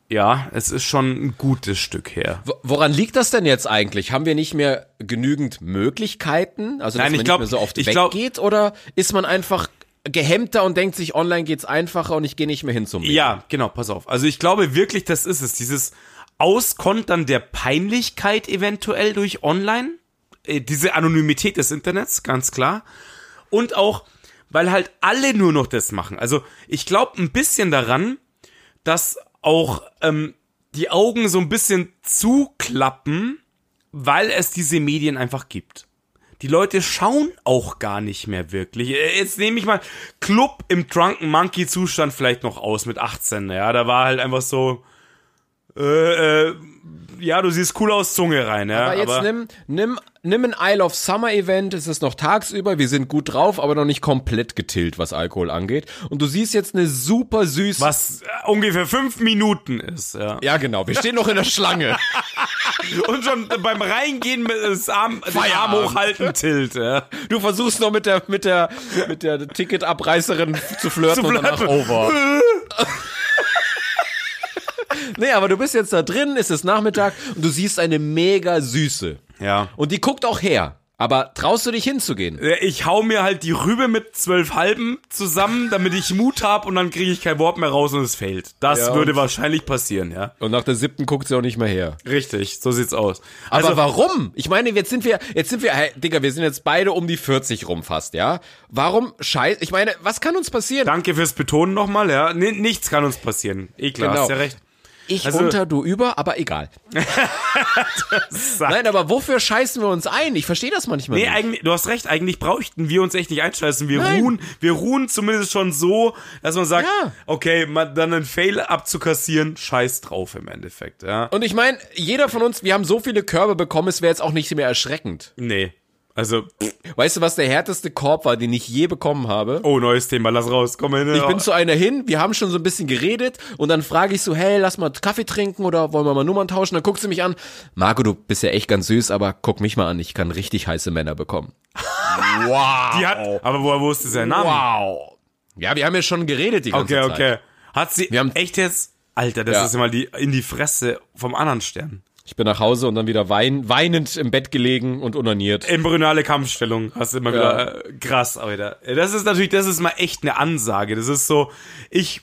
S2: ja, es ist schon ein gutes Stück her.
S1: Wo- Woran liegt das denn jetzt eigentlich? Haben wir nicht mehr genügend Möglichkeiten? Also, dass
S2: Nein,
S1: man
S2: ich glaub-
S1: nicht mehr so oft
S2: ich glaub-
S1: weggeht? oder ist man einfach gehemmter und denkt sich, online geht's einfacher und ich gehe nicht mehr hin zum Meeting?
S2: Ja, genau, pass auf. Also ich glaube wirklich, das ist es. Dieses Auskontern der Peinlichkeit eventuell durch online. Äh, Diese Anonymität des Internets, ganz klar. Und auch, weil halt alle nur noch das machen. Also ich glaube ein bisschen daran, dass auch ähm, die Augen so ein bisschen zuklappen, weil es diese Medien einfach gibt. Die Leute schauen auch gar nicht mehr wirklich. Äh, Jetzt nehme ich mal Club im Drunken Monkey Zustand vielleicht noch aus mit 18. Ja, da war halt einfach so, äh, äh, ja, du siehst cool aus, Zunge rein. Ja,
S1: Aber jetzt nimm, nimm, nimm ein Isle of Summer Event, es ist noch tagsüber, wir sind gut drauf, aber noch nicht komplett getillt, was Alkohol angeht. Und du siehst jetzt eine super süße.
S2: was äh, ungefähr fünf Minuten ist. Ja.
S1: Ja, genau, wir stehen noch in der Schlange.
S2: Und schon beim Reingehen mit das Arm, den Arm
S1: Feierabend.
S2: hochhalten tilt. Ja.
S1: Du versuchst noch mit der, mit der, mit der Ticketabreißerin zu flirten
S2: Zu
S1: und danach
S2: flirten.
S1: over. nee, aber du bist jetzt da drin, es ist Nachmittag und du siehst eine mega Süße.
S2: ja.
S1: Und die guckt auch her. Aber traust du dich hinzugehen?
S2: Äh, Ich hau mir halt die Rübe mit zwölf Halben zusammen, damit ich Mut hab und dann kriege ich kein Wort mehr raus und es fällt. Das
S1: Ja,
S2: würde
S1: und-
S2: wahrscheinlich passieren, ja.
S1: Und nach der siebten guckt sie auch nicht mehr her.
S2: Richtig, so sieht's aus.
S1: Aber
S2: Also,
S1: warum? Ich meine, jetzt sind wir, jetzt sind wir, hey, Digga, wir sind jetzt beide um die 40 rum fast, ja? Warum scheiß, ich meine, was kann uns passieren?
S2: danke fürs Betonen nochmal, ja. N nichts kann uns passieren. Eh klar,
S1: Genau.
S2: hast ja recht.
S1: Ich
S2: also-
S1: unter, du über, aber egal. Nein, aber wofür scheißen wir uns ein? Ich verstehe das manchmal
S2: Nee,
S1: nicht.
S2: eigentlich, du hast recht, eigentlich brauchten wir uns echt nicht einscheißen. Wir
S1: Hm. Nein.
S2: ruhen, wir ruhen zumindest schon so, dass man sagt,
S1: Ja.
S2: okay, man, dann einen Fail abzukassieren, scheiß drauf im Endeffekt, ja.
S1: Und ich meine, jeder von uns, wir haben so viele Körbe bekommen, es wäre jetzt auch nicht mehr erschreckend.
S2: Nee. Also,
S1: Weißt du, was der härteste Korb war, den ich je bekommen habe?
S2: oh, neues Thema, lass raus, komm hin.
S1: Ich bin zu einer hin, wir haben schon so ein bisschen geredet und dann frage ich so, hey, lass mal Kaffee trinken oder wollen wir mal Nummern tauschen? Dann guckt sie mich an. Marco, du bist ja echt ganz süß, aber guck mich mal an, ich kann richtig heiße Männer bekommen. Wow.
S2: Die hat, aber woher wusste sein Name?
S1: wow. Ja, wir haben ja schon geredet die ganze
S2: Okay,
S1: Zeit.
S2: okay. Hat sie
S1: Wir haben-
S2: echt jetzt. Alter, das
S1: Ja.
S2: ist immer die in die Fresse vom anderen Stern.
S1: Ich bin nach Hause und dann wieder wein, weinend im Bett gelegen und unaniert.
S2: Embryonale Kampfstellung hast du immer wieder äh, krass, Alter. Das ist natürlich, das ist mal echt eine Ansage. Das ist so, ich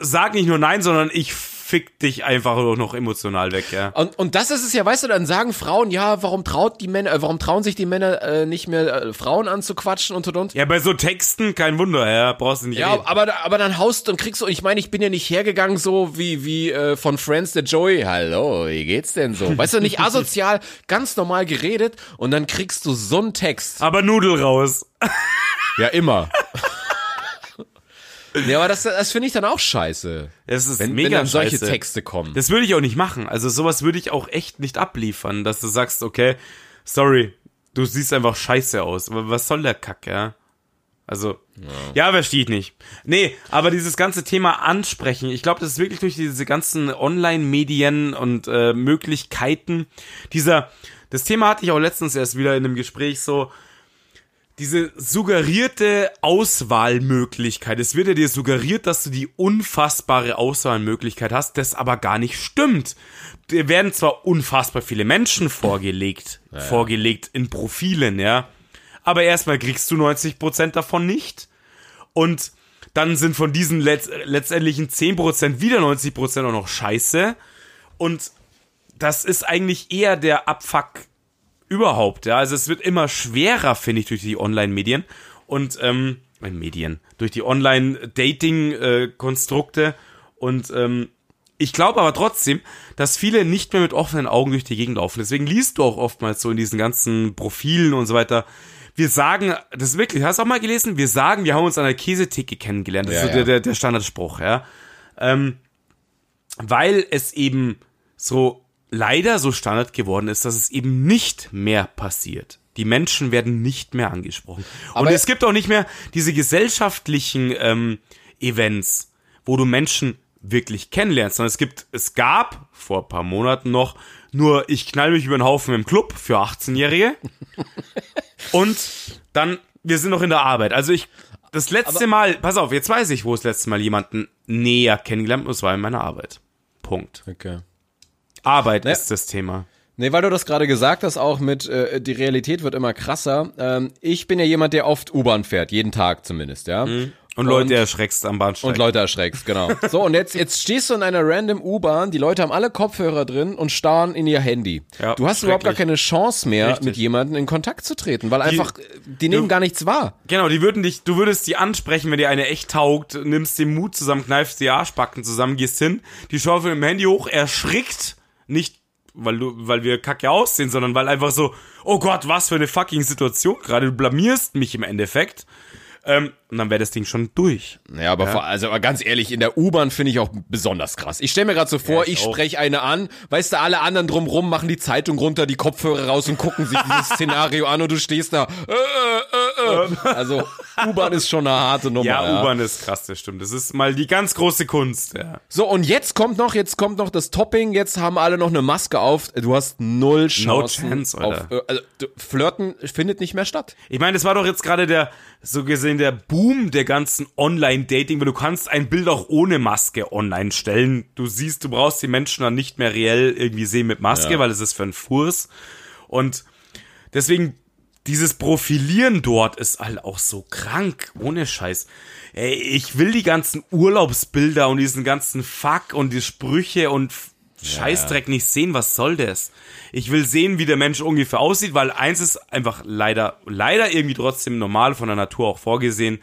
S2: sag nicht nur nein, sondern ich fick dich einfach auch noch emotional weg, ja.
S1: Und, und das ist es ja, weißt du, dann sagen Frauen, ja, warum traut die Männer, äh, warum trauen sich die Männer äh, nicht mehr äh, Frauen anzuquatschen und und und?
S2: Ja, bei so Texten kein Wunder, ja, brauchst du nicht
S1: Ja,
S2: reden.
S1: aber, aber dann haust und kriegst du, ich meine, ich bin ja nicht hergegangen so wie, wie äh, von Friends der Joey, hallo, wie geht's denn so? Weißt du, nicht asozial, ganz normal geredet und dann kriegst du so einen Text.
S2: Aber Nudel raus.
S1: Ja, immer. ja, aber das, das finde ich dann auch scheiße,
S2: Das ist
S1: wenn,
S2: mega
S1: wenn dann solche
S2: scheiße.
S1: Texte kommen.
S2: Das würde ich auch nicht machen. Also sowas würde ich auch echt nicht abliefern, dass du sagst, okay, sorry, du siehst einfach scheiße aus. Aber Was soll der Kack, ja? Also, ja, verstehe ich nicht. Nee, aber dieses ganze Thema ansprechen, ich glaube, das ist wirklich durch diese ganzen Online-Medien und äh, Möglichkeiten dieser, das Thema hatte ich auch letztens erst wieder in einem Gespräch so, diese suggerierte Auswahlmöglichkeit. Es wird ja dir suggeriert, dass du die unfassbare Auswahlmöglichkeit hast, das aber gar nicht stimmt. Dir werden zwar unfassbar viele Menschen vorgelegt, vorgelegt in Profilen, ja. Aber erstmal kriegst du 90% davon nicht. Und dann sind von diesen letz letztendlichen 10% wieder 90% auch noch scheiße. Und das ist eigentlich eher der Abfuck überhaupt. Ja? Also es wird immer schwerer, finde ich, durch die Online-Medien und ähm, äh, Medien, durch die Online-Dating-Konstrukte. Und ähm, ich glaube aber trotzdem, dass viele nicht mehr mit offenen Augen durch die Gegend laufen. Deswegen liest du auch oftmals so in diesen ganzen Profilen und so weiter. Wir sagen, das ist wirklich, hast du auch mal gelesen? Wir sagen, wir haben uns an der Käsetheke kennengelernt. Das
S1: Ja,
S2: ist so
S1: ja.
S2: Der, der, der Standardspruch, ja. Ähm, weil es eben so leider so Standard geworden ist, dass es eben nicht mehr passiert. Die Menschen werden nicht mehr angesprochen.
S1: Aber-
S2: und es gibt auch nicht mehr diese gesellschaftlichen ähm, Events, wo du Menschen wirklich kennenlernst, sondern es gibt, es gab vor ein paar Monaten noch nur ich knall mich über den Haufen im Club für 18-Jährige und dann wir sind noch in der Arbeit. Also ich das letzte Mal, pass auf, jetzt weiß ich, wo es das letzte Mal jemanden näher kennengelernt habe, es war in meiner Arbeit. Punkt.
S1: Okay.
S2: Arbeit ist das Thema.
S1: Nee, weil du das gerade gesagt hast, auch mit äh, die Realität wird immer krasser. Ähm, ich bin ja jemand, der oft U-Bahn fährt, jeden Tag zumindest, ja.
S2: Und Leute erschreckst am Bahnsteig.
S1: Und Leute erschreckst, genau. So, und jetzt, jetzt stehst du in einer random U-Bahn, die Leute haben alle Kopfhörer drin und starren in ihr Handy.
S2: Ja,
S1: du hast überhaupt gar
S2: schrecklich.
S1: keine Chance mehr,
S2: Richtig.
S1: mit jemandem in Kontakt zu treten, weil einfach, äh, die nehmen gar nichts wahr.
S2: genau, die würden dich, du würdest die ansprechen, wenn dir eine echt taugt, nimmst den Mut zusammen, kneifst die Arschbacken zusammen, gehst hin, die Schaufel im Handy hoch, erschrickt, nicht weil du, weil wir kacke aussehen, sondern weil einfach so, oh Gott, was für eine fucking Situation gerade, du blamierst mich im Endeffekt. Ähm, und dann wäre das Ding schon durch.
S1: Ja, aber, Vor, also, aber ganz ehrlich, in der U-Bahn finde ich auch besonders krass. Ich stelle mir gerade so vor,
S2: ich
S1: ich
S2: auch.
S1: spreche eine an, weißt du, alle anderen drumrum machen die Zeitung runter, die Kopfhörer raus und gucken sich dieses Szenario an und du stehst da. Äh, äh, äh. Also U-Bahn ist schon eine harte Nummer.
S2: Ähm. Ja, U-Bahn ist krass, das stimmt. Das ist mal die ganz große Kunst. Ja.
S1: So, und jetzt kommt noch, jetzt kommt noch das Topping, jetzt haben alle noch eine Maske auf. Du hast null Chancen.
S2: chance, Alter.
S1: Auf, äh, also, du- Flirten findet nicht mehr statt.
S2: Ich meine, das war doch jetzt gerade der, so gesehen, der Boom der ganzen Online-Dating, weil du kannst ein Bild auch ohne Maske online stellen. Du siehst, du brauchst die Menschen dann nicht mehr reell irgendwie sehen mit Maske, weil es ist für einen Furs. Und deswegen dieses Profilieren dort ist halt auch so krank, ohne Scheiß. Ey, ich will die ganzen Urlaubsbilder und diesen ganzen Fuck und die Sprüche und F- Scheißdreck nicht sehen, was soll das? Ich will sehen, wie der Mensch ungefähr aussieht, weil eins ist einfach leider, leider irgendwie trotzdem normal von der Natur auch vorgesehen.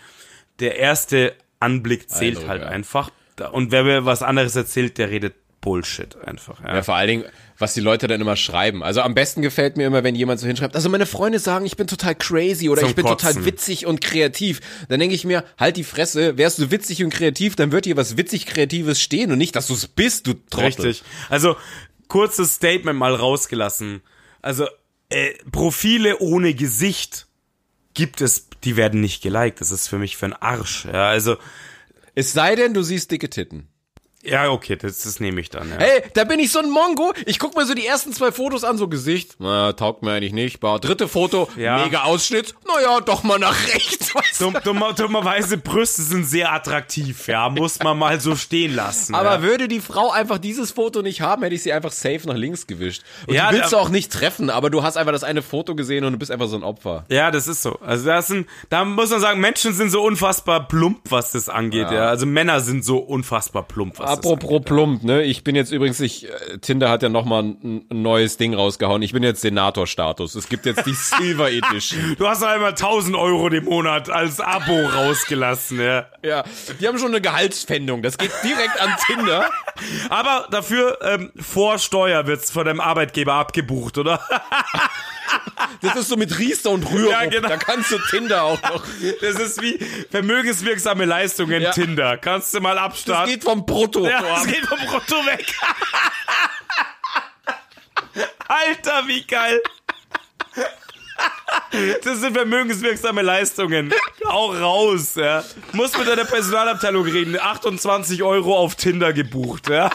S2: Der erste Anblick zählt
S1: Eindruck,
S2: halt
S1: ja.
S2: einfach. Da- Und wer mir was anderes erzählt, der redet Bullshit einfach. Ja.
S1: Ja, vor allen Dingen, was die Leute dann immer schreiben. Also am besten gefällt mir immer, wenn jemand so hinschreibt, also meine Freunde sagen, ich bin total crazy oder
S2: Zum
S1: ich bin
S2: Kotzen.
S1: total witzig und kreativ. Dann denke ich mir, halt die Fresse, wärst du witzig und kreativ, dann wird hier was witzig Kreatives stehen und nicht, dass du es bist, du Trottel.
S2: Richtig. Also, kurzes Statement mal rausgelassen. Also, äh, Profile ohne Gesicht gibt es, die werden nicht geliked. Das ist für mich für einen Arsch. Ja, also,
S1: Es sei denn, du siehst dicke Titten.
S2: ja, okay, das, das nehme ich dann. Ja.
S1: Ey, da bin ich so ein Mongo. Ich guck mir so die ersten zwei Fotos an, so Gesicht. Na, taugt mir eigentlich nicht. Bah, dritte Foto,
S2: Ja.
S1: mega Ausschnitt. Naja, doch mal nach rechts. weißt du?
S2: Dumm, dummer, dummerweise, Brüste sind sehr attraktiv, ja, muss man mal so stehen lassen.
S1: Aber
S2: ja.
S1: würde die Frau einfach dieses Foto nicht haben, hätte ich sie einfach safe nach links gewischt. Und
S2: Ja,
S1: die willst
S2: da-
S1: du auch nicht treffen, aber du hast einfach das eine Foto gesehen und du bist einfach so ein Opfer.
S2: Ja, das ist so. Also das sind, da muss man sagen, Menschen sind so unfassbar plump, was das angeht. Ja. Also Männer sind so unfassbar plump, was das
S1: Apropos plump, ne? Ich bin jetzt übrigens, ich, äh, Tinder hat ja nochmal ein, ein neues Ding rausgehauen. Ich bin jetzt Senator-Status. Es gibt jetzt die Silver Edition.
S2: angeht. Du hast doch einmal 1000 Euro den Monat als Abo rausgelassen, ja.
S1: ja, die haben schon eine Gehaltspfändung. Das geht direkt an Tinder.
S2: Aber dafür ähm, vor Steuer wird's von deinem Arbeitgeber abgebucht, oder?
S1: Das ist so mit Riester und Rührung.
S2: Ja, genau.
S1: Da kannst du Tinder auch noch.
S2: Das ist wie vermögenswirksame Leistungen
S1: Ja.
S2: Tinder. Kannst du mal
S1: Das
S2: abstarten.
S1: geht vom Brutto.
S2: ja, das geht vom Brutto weg. Alter, wie geil. Das sind vermögenswirksame Leistungen. Auch raus, ja. Muss mit deiner Personalabteilung reden. 28 Euro auf Tinder gebucht, ja.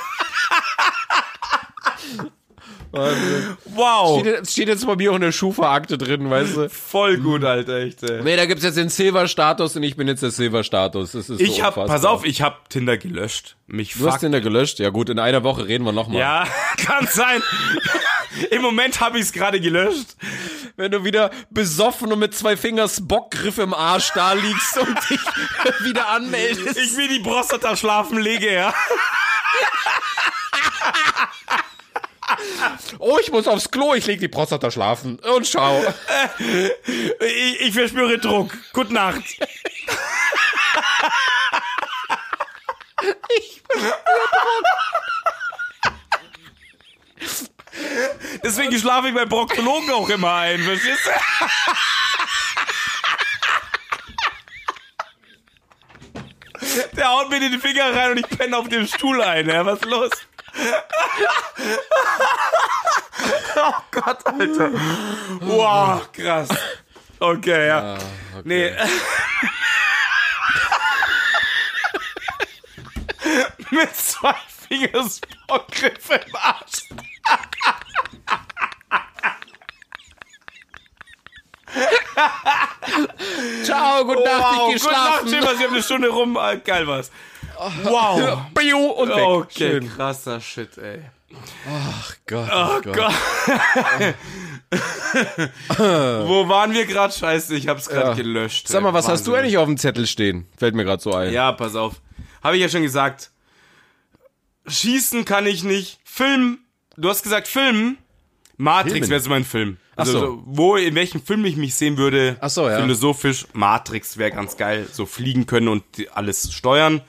S2: Wow.
S1: Steht, steht jetzt bei mir auch in der Schufa-Akte drin, weißt du?
S2: Voll gut, Alter, echt, ey.
S1: Nee, da gibt's jetzt den Silver-Status und ich bin jetzt der Silver-Status. Das ist
S2: Ich
S1: so
S2: hab,
S1: unfassbar.
S2: pass auf, ich hab Tinder gelöscht. Mich
S1: Du hast
S2: fuckt.
S1: den da gelöscht. Ja gut, in einer Woche reden wir nochmal.
S2: Ja, kann sein. Im Moment hab ich's gerade gelöscht.
S1: Wenn du wieder besoffen und mit zwei Fingers Bockgriff im Arsch da liegst und dich wieder anmeldest.
S2: Ich will die Prostata schlafen lege, ja.
S1: oh, ich muss aufs Klo, ich leg die Prostata schlafen. Und schau.
S2: Ich, ich verspüre Druck. Gute Nacht. Deswegen schlafe ich beim Proktologen auch immer ein, verstehst du? Der haut mir den Finger rein und ich penne auf dem Stuhl ein, ja, was ist los? Oh Gott, Alter. Wow, krass. Okay, ja.
S1: Ah,
S2: Nee. Mit zwei Fingers Bockgriff im Arsch.
S1: Ciao, gute Nacht, ich geh
S2: gute Nacht,
S1: schlafen.
S2: Chimers, wir haben eine Stunde rum. Ah, Geil war's. Wow.
S1: Biu und weg.
S2: Okay,
S1: Schön.
S2: krasser Shit, ey.
S1: Gott,
S2: Oh
S1: Gott.
S2: Gott. Wo waren wir gerade? Scheiße, ich hab's gerade
S1: Ja.
S2: gelöscht.
S1: Sag mal, was hast du
S2: Wahnsinn.
S1: eigentlich auf dem Zettel stehen? Fällt mir gerade so ein.
S2: Ja, pass auf. Habe ich ja schon gesagt. Schießen kann ich nicht. Film. Du hast gesagt Film. Matrix
S1: Filmen.
S2: wäre so mein Film. Also,
S1: so.
S2: so, wo, in welchem Film ich mich sehen würde,
S1: Ach so, ja.
S2: philosophisch, Matrix wäre ganz geil. So fliegen können und die- alles steuern.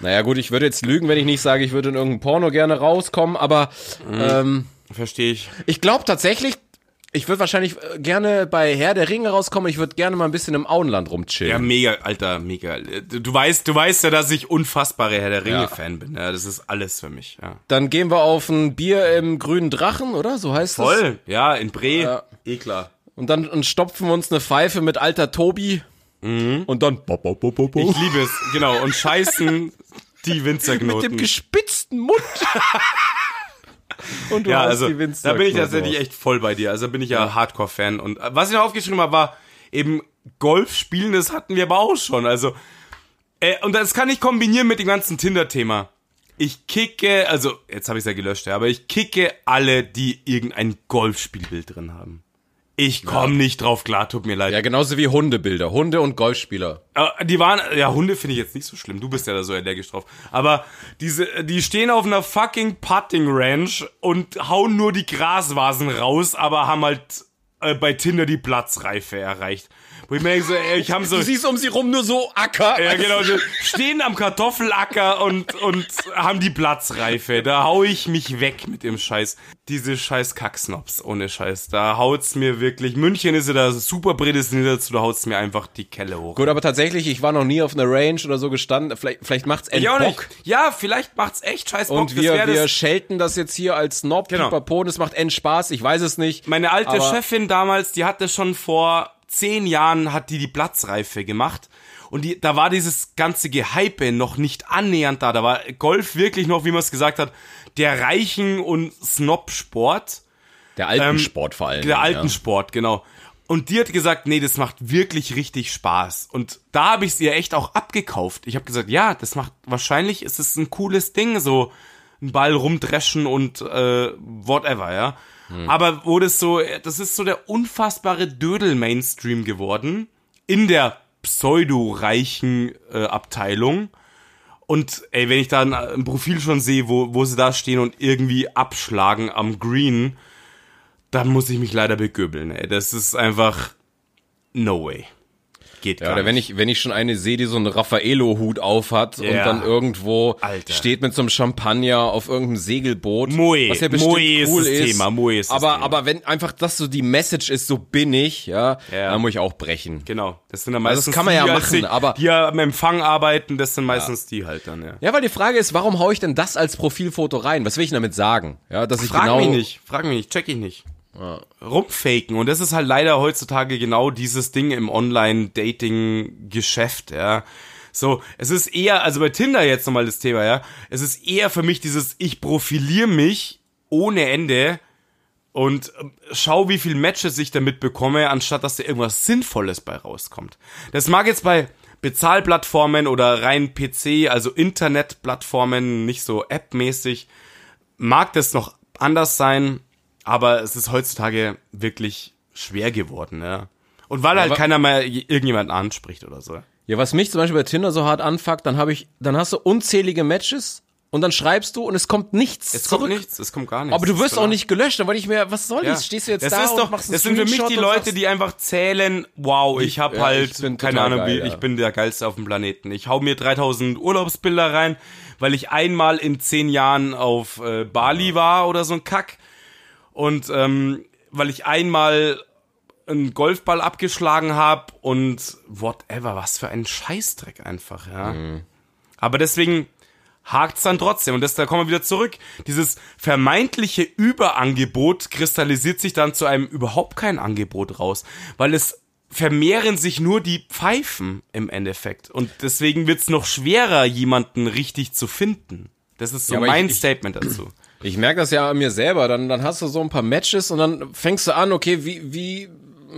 S1: Naja gut, ich würde jetzt lügen, wenn ich nicht sage, ich würde in irgendeinem Porno gerne rauskommen, aber ähm,
S2: Verstehe ich.
S1: ich glaube tatsächlich, ich würde wahrscheinlich äh, gerne bei Herr der Ringe rauskommen, ich würde gerne mal ein bisschen im Auenland
S2: Ja,
S1: rumchillen.
S2: mega, Alter, mega. Du du weißt, du weißt ja, dass ich unfassbare Herr der
S1: Ja.
S2: Ringe-Fan bin. Ja, das ist alles für mich. Ja.
S1: Dann gehen wir auf ein Bier im grünen Drachen, oder? So heißt es.
S2: Voll. Ja, in Bre.
S1: Ja.
S2: Eh klar.
S1: Und dann und stopfen wir uns eine Pfeife mit alter Tobi.
S2: Mhm.
S1: Und dann bo, bo, bo, bo, bo.
S2: Ich liebe es. Genau. Und scheißen die Winzerknoten.
S1: mit dem gespitzten Mund. und du
S2: ja, also da bin ich
S1: Winzerknoten
S2: tatsächlich echt voll bei dir. Also da bin ich ja Hardcore-Fan. Und äh, was ich noch aufgeschrieben habe, war eben Golf spielen, das hatten wir aber auch schon. Also, äh, und das kann ich kombinieren mit dem ganzen Tinder-Thema. Ich kicke, also jetzt habe ich es ja gelöscht, ja, aber ich kicke alle, die irgendein Golfspielbild drin haben. Ich komme nicht drauf klar, tut mir leid.
S1: Ja, genauso wie Hundebilder. Hunde und Golfspieler.
S2: Äh, Die waren, ja, Hunde finde ich jetzt nicht so schlimm. Du bist ja da so allergisch drauf. Aber diese, äh, die stehen auf einer fucking Putting Ranch und hauen nur die Grasvasen raus, aber haben halt äh, bei Tinder die Platzreife erreicht. Wo ich mir denke, so, ey, ich habe so.
S1: Du siehst um sie rum nur so Acker.
S2: Ja, genau, so, stehen am Kartoffelacker und, und haben die Platzreife. Da hau ich mich weg mit dem Scheiß. Diese scheiß Kacksnobs, ohne Scheiß. Da haut's mir wirklich, München ist ja da super prädestiniert dazu, da haut's mir einfach die Kelle hoch.
S1: Gut, aber tatsächlich, ich war noch nie auf einer Range oder so gestanden. Vielleicht, vielleicht macht's end
S2: Ich auch
S1: Bock.
S2: nicht. Ja, vielleicht macht's echt scheiß Bock.
S1: Und
S2: das
S1: wir,
S2: wär
S1: wir
S2: das,
S1: schelten das jetzt hier als Snob,
S2: Genau.
S1: Pipapo, das macht end Spaß, ich weiß es nicht.
S2: meine alte
S1: aber-
S2: Chefin damals, die hatte schon vor zehn Jahren, hat die die Platzreife gemacht. Und die, da war dieses ganze Gehype noch nicht annähernd da. Da war Golf wirklich noch, wie man es gesagt hat, der Reichen- und Snob-Sport.
S1: Der Alpensport vor allem.
S2: ähm, Der alten Sport, genau. Und die hat gesagt, nee, das macht wirklich richtig Spaß. Und da habe ich es ihr echt auch abgekauft. Ich habe gesagt, ja, das macht wahrscheinlich ist es ein cooles Ding, so einen Ball rumdreschen und äh, whatever, ja. Aber wo das so, das ist so der unfassbare Dödel-Mainstream geworden in der pseudo-reichen äh, Abteilung. Und ey, wenn ich da ein, ein Profil schon sehe, wo, wo sie da stehen und irgendwie abschlagen am Green, dann muss ich mich leider begöbeln, ey. Das ist einfach no way. Geht
S1: Ja,
S2: gar
S1: oder wenn
S2: nicht.
S1: ich, wenn ich schon eine sehe, die so einen Raffaello-Hut aufhat und
S2: Ja.
S1: dann irgendwo
S2: Alter.
S1: steht mit so einem Champagner auf irgendeinem Segelboot.
S2: Moe.
S1: Was ja bestimmt
S2: Moe ist
S1: cool
S2: das Thema, Moe ist das
S1: aber,
S2: Thema.
S1: aber wenn einfach das so die Message ist, so bin ich, ja,
S2: Ja.
S1: dann muss ich auch brechen.
S2: Genau, das sind dann
S1: Also
S2: meistens
S1: das kann man
S2: die,
S1: ja
S2: als
S1: machen,
S2: die,
S1: aber-
S2: die am Empfang arbeiten, das sind meistens die halt dann, ja.
S1: Ja, weil die Frage ist, warum haue ich denn das als Profilfoto rein? Was will ich denn damit sagen? Ja, dass ich
S2: Frag
S1: genau
S2: mich nicht, frag mich nicht, check ich nicht. Rumfaken und das ist halt leider heutzutage genau dieses Ding im Online-Dating-Geschäft, ja. So, es ist eher, also bei Tinder jetzt nochmal das Thema, ja. Es ist eher für mich dieses, ich profiliere mich ohne Ende und ähm, schau, wie viel Matches ich damit bekomme, anstatt dass da irgendwas Sinnvolles bei rauskommt. Das mag jetzt bei Bezahlplattformen oder rein PC, also Internetplattformen, nicht so appmäßig, mag das noch anders sein, aber es ist heutzutage wirklich schwer geworden, ja. Und weil halt
S1: aber-
S2: keiner mehr j- irgendjemanden anspricht oder so.
S1: Ja, was mich zum Beispiel bei Tinder so hart anfuckt, dann habe ich, dann hast du unzählige Matches und dann schreibst du und es kommt nichts
S2: Es
S1: zurück.
S2: kommt nichts, es kommt gar nichts.
S1: Aber du wirst
S2: So.
S1: auch nicht gelöscht, dann wollte ich mir, was soll
S2: Ja.
S1: das? Stehst du jetzt
S2: das
S1: da
S2: ist
S1: und
S2: doch,
S1: machst einen
S2: Das sind für mich
S1: Screenshot
S2: die
S1: und
S2: Leute,
S1: sagst-
S2: die einfach zählen, wow, ich habe
S1: ja, ich
S2: halt,
S1: bin
S2: keine
S1: total
S2: Ahnung,
S1: geil,
S2: wie, ich
S1: ja.
S2: bin der Geilste auf dem Planeten. Ich hau mir 3000 Urlaubsbilder rein, weil ich einmal in 10 Jahren auf äh, Bali war oder so ein Kack. Und ähm, weil ich einmal einen Golfball abgeschlagen habe und whatever, was für ein Scheißdreck einfach, ja.
S1: Mhm.
S2: Aber deswegen hakt's dann trotzdem. Und das, da kommen wir wieder zurück. Dieses vermeintliche Überangebot kristallisiert sich dann zu einem überhaupt kein Angebot raus, weil es vermehren sich nur die Pfeifen im Endeffekt. Und deswegen wird's noch schwerer, jemanden richtig zu finden. Das ist so
S1: Ja, aber
S2: mein
S1: ich- ich-
S2: Statement dazu.
S1: Ich merke das ja an mir selber. Dann, dann hast du so ein paar Matches und dann fängst du an, okay, wie, wie,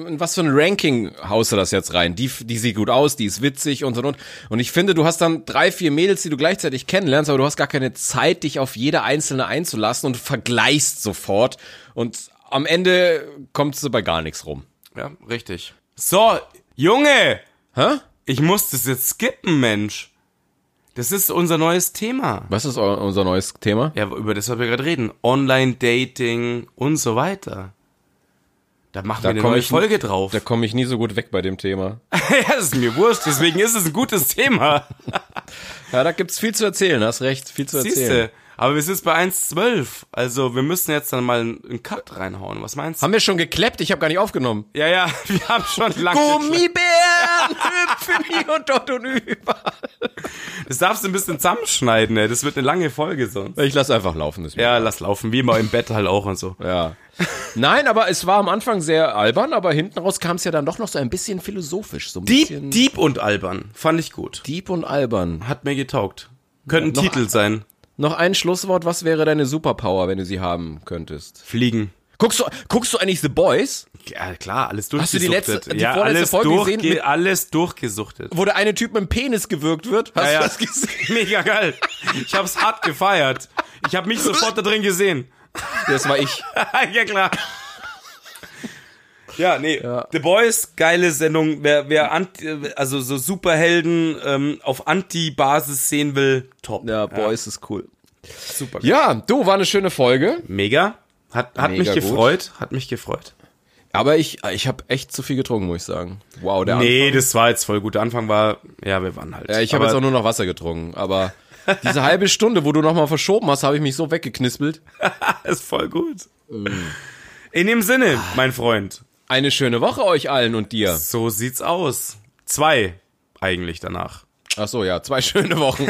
S1: in was für ein Ranking haust du das jetzt rein? Die, die sieht gut aus, die ist witzig und so und und. Und ich finde, du hast dann drei, vier Mädels, die du gleichzeitig kennenlernst, aber du hast gar keine Zeit, dich auf jede einzelne einzulassen und vergleichst sofort. Und am Ende kommst du bei gar nichts rum.
S2: Ja, richtig. So, Junge!
S1: Hä?
S2: Ich muss das jetzt skippen, Mensch. Das ist unser neues Thema.
S1: Was ist eu- unser neues Thema?
S2: Ja, über das wir gerade reden. Online-Dating und so weiter. Da machen wir eine
S1: komm
S2: neue
S1: ich-
S2: Folge drauf.
S1: Da komme ich nie so gut weg bei dem Thema.
S2: ja, das ist mir wurscht, deswegen ist es ein gutes Thema.
S1: Ja, da gibt's viel zu erzählen, hast recht, viel zu erzählen.
S2: Siehste. Aber wir sind jetzt bei 1,12. Also wir müssen jetzt dann mal einen Cut reinhauen. Was meinst du?
S1: Haben wir schon gekleppt? Ich habe gar nicht aufgenommen.
S2: Ja, ja, wir haben schon lange.
S1: Gummibären hüpfen hier und dort und über.
S2: Das darfst du ein bisschen zusammenschneiden, ey. Das wird eine lange Folge sonst.
S1: Ich lasse einfach laufen. Ist mir
S2: Ja, lass laufen. Wie immer im Bett halt auch und so.
S1: Ja. Nein, aber es war am Anfang sehr albern, aber hinten raus kam es ja dann doch noch so ein bisschen philosophisch. So ein bisschen
S2: Dieb, Dieb und albern. Fand ich gut.
S1: deep und albern.
S2: Hat mir getaugt. Könnte ein
S1: Ja, noch-
S2: Titel sein.
S1: Noch ein Schlusswort, was wäre deine Superpower, wenn du sie haben könntest?
S2: Fliegen.
S1: Guckst du, guckst du eigentlich The Boys,
S2: Ja, klar, alles
S1: du die
S2: durchgesuchtet.
S1: letzte- die
S2: ja,
S1: vorletzte
S2: alles,
S1: Folge
S2: durchge
S1: gesehen mit-
S2: alles durchgesuchtet.
S1: wo der eine Typ mit dem Penis gewürgt wird? Hast
S2: Ja, ja.
S1: du das gesehen?
S2: Mega geil. Ich hab's hart gefeiert. Ich hab mich sofort da drin gesehen.
S1: Das war ich.
S2: ja, klar. Ja, nee.
S1: Ja.
S2: The Boys, geile Sendung. Wer, wer anti, also so Superhelden ähm, auf Anti-Basis sehen will, top.
S1: Ja, Boys ist cool.
S2: super.
S1: Ja, du, war eine schöne Folge.
S2: Mega. Hat, hat
S1: Mega
S2: mich
S1: gut.
S2: gefreut. Hat mich gefreut.
S1: Aber ich, ich habe echt zu viel getrunken, muss ich sagen. Wow, der
S2: Nee, das war jetzt voll gut. Der Anfang war, ja, wir waren halt.
S1: Ja, ich habe
S2: Aber
S1: jetzt auch nur noch Wasser getrunken, aber diese halbe Stunde, wo du nochmal verschoben hast, habe ich mich so weggeknispelt.
S2: ist voll gut. Mhm. In dem Sinne, mein Freund.
S1: Eine schöne Woche euch allen und dir.
S2: So sieht's aus. Zwei eigentlich danach.
S1: Ach so, ja, zwei schöne Wochen.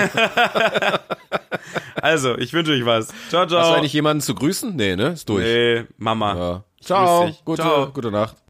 S2: Also, ich wünsche euch was. Ciao, ciao.
S1: Hast du eigentlich jemanden zu grüßen? Nee, ne? Ist durch.
S2: Genau. nee, Mama.
S1: Ja.
S2: Ich grüß
S1: Ciao.
S2: dich.
S1: Gute,
S2: Ciao.
S1: gute Nacht.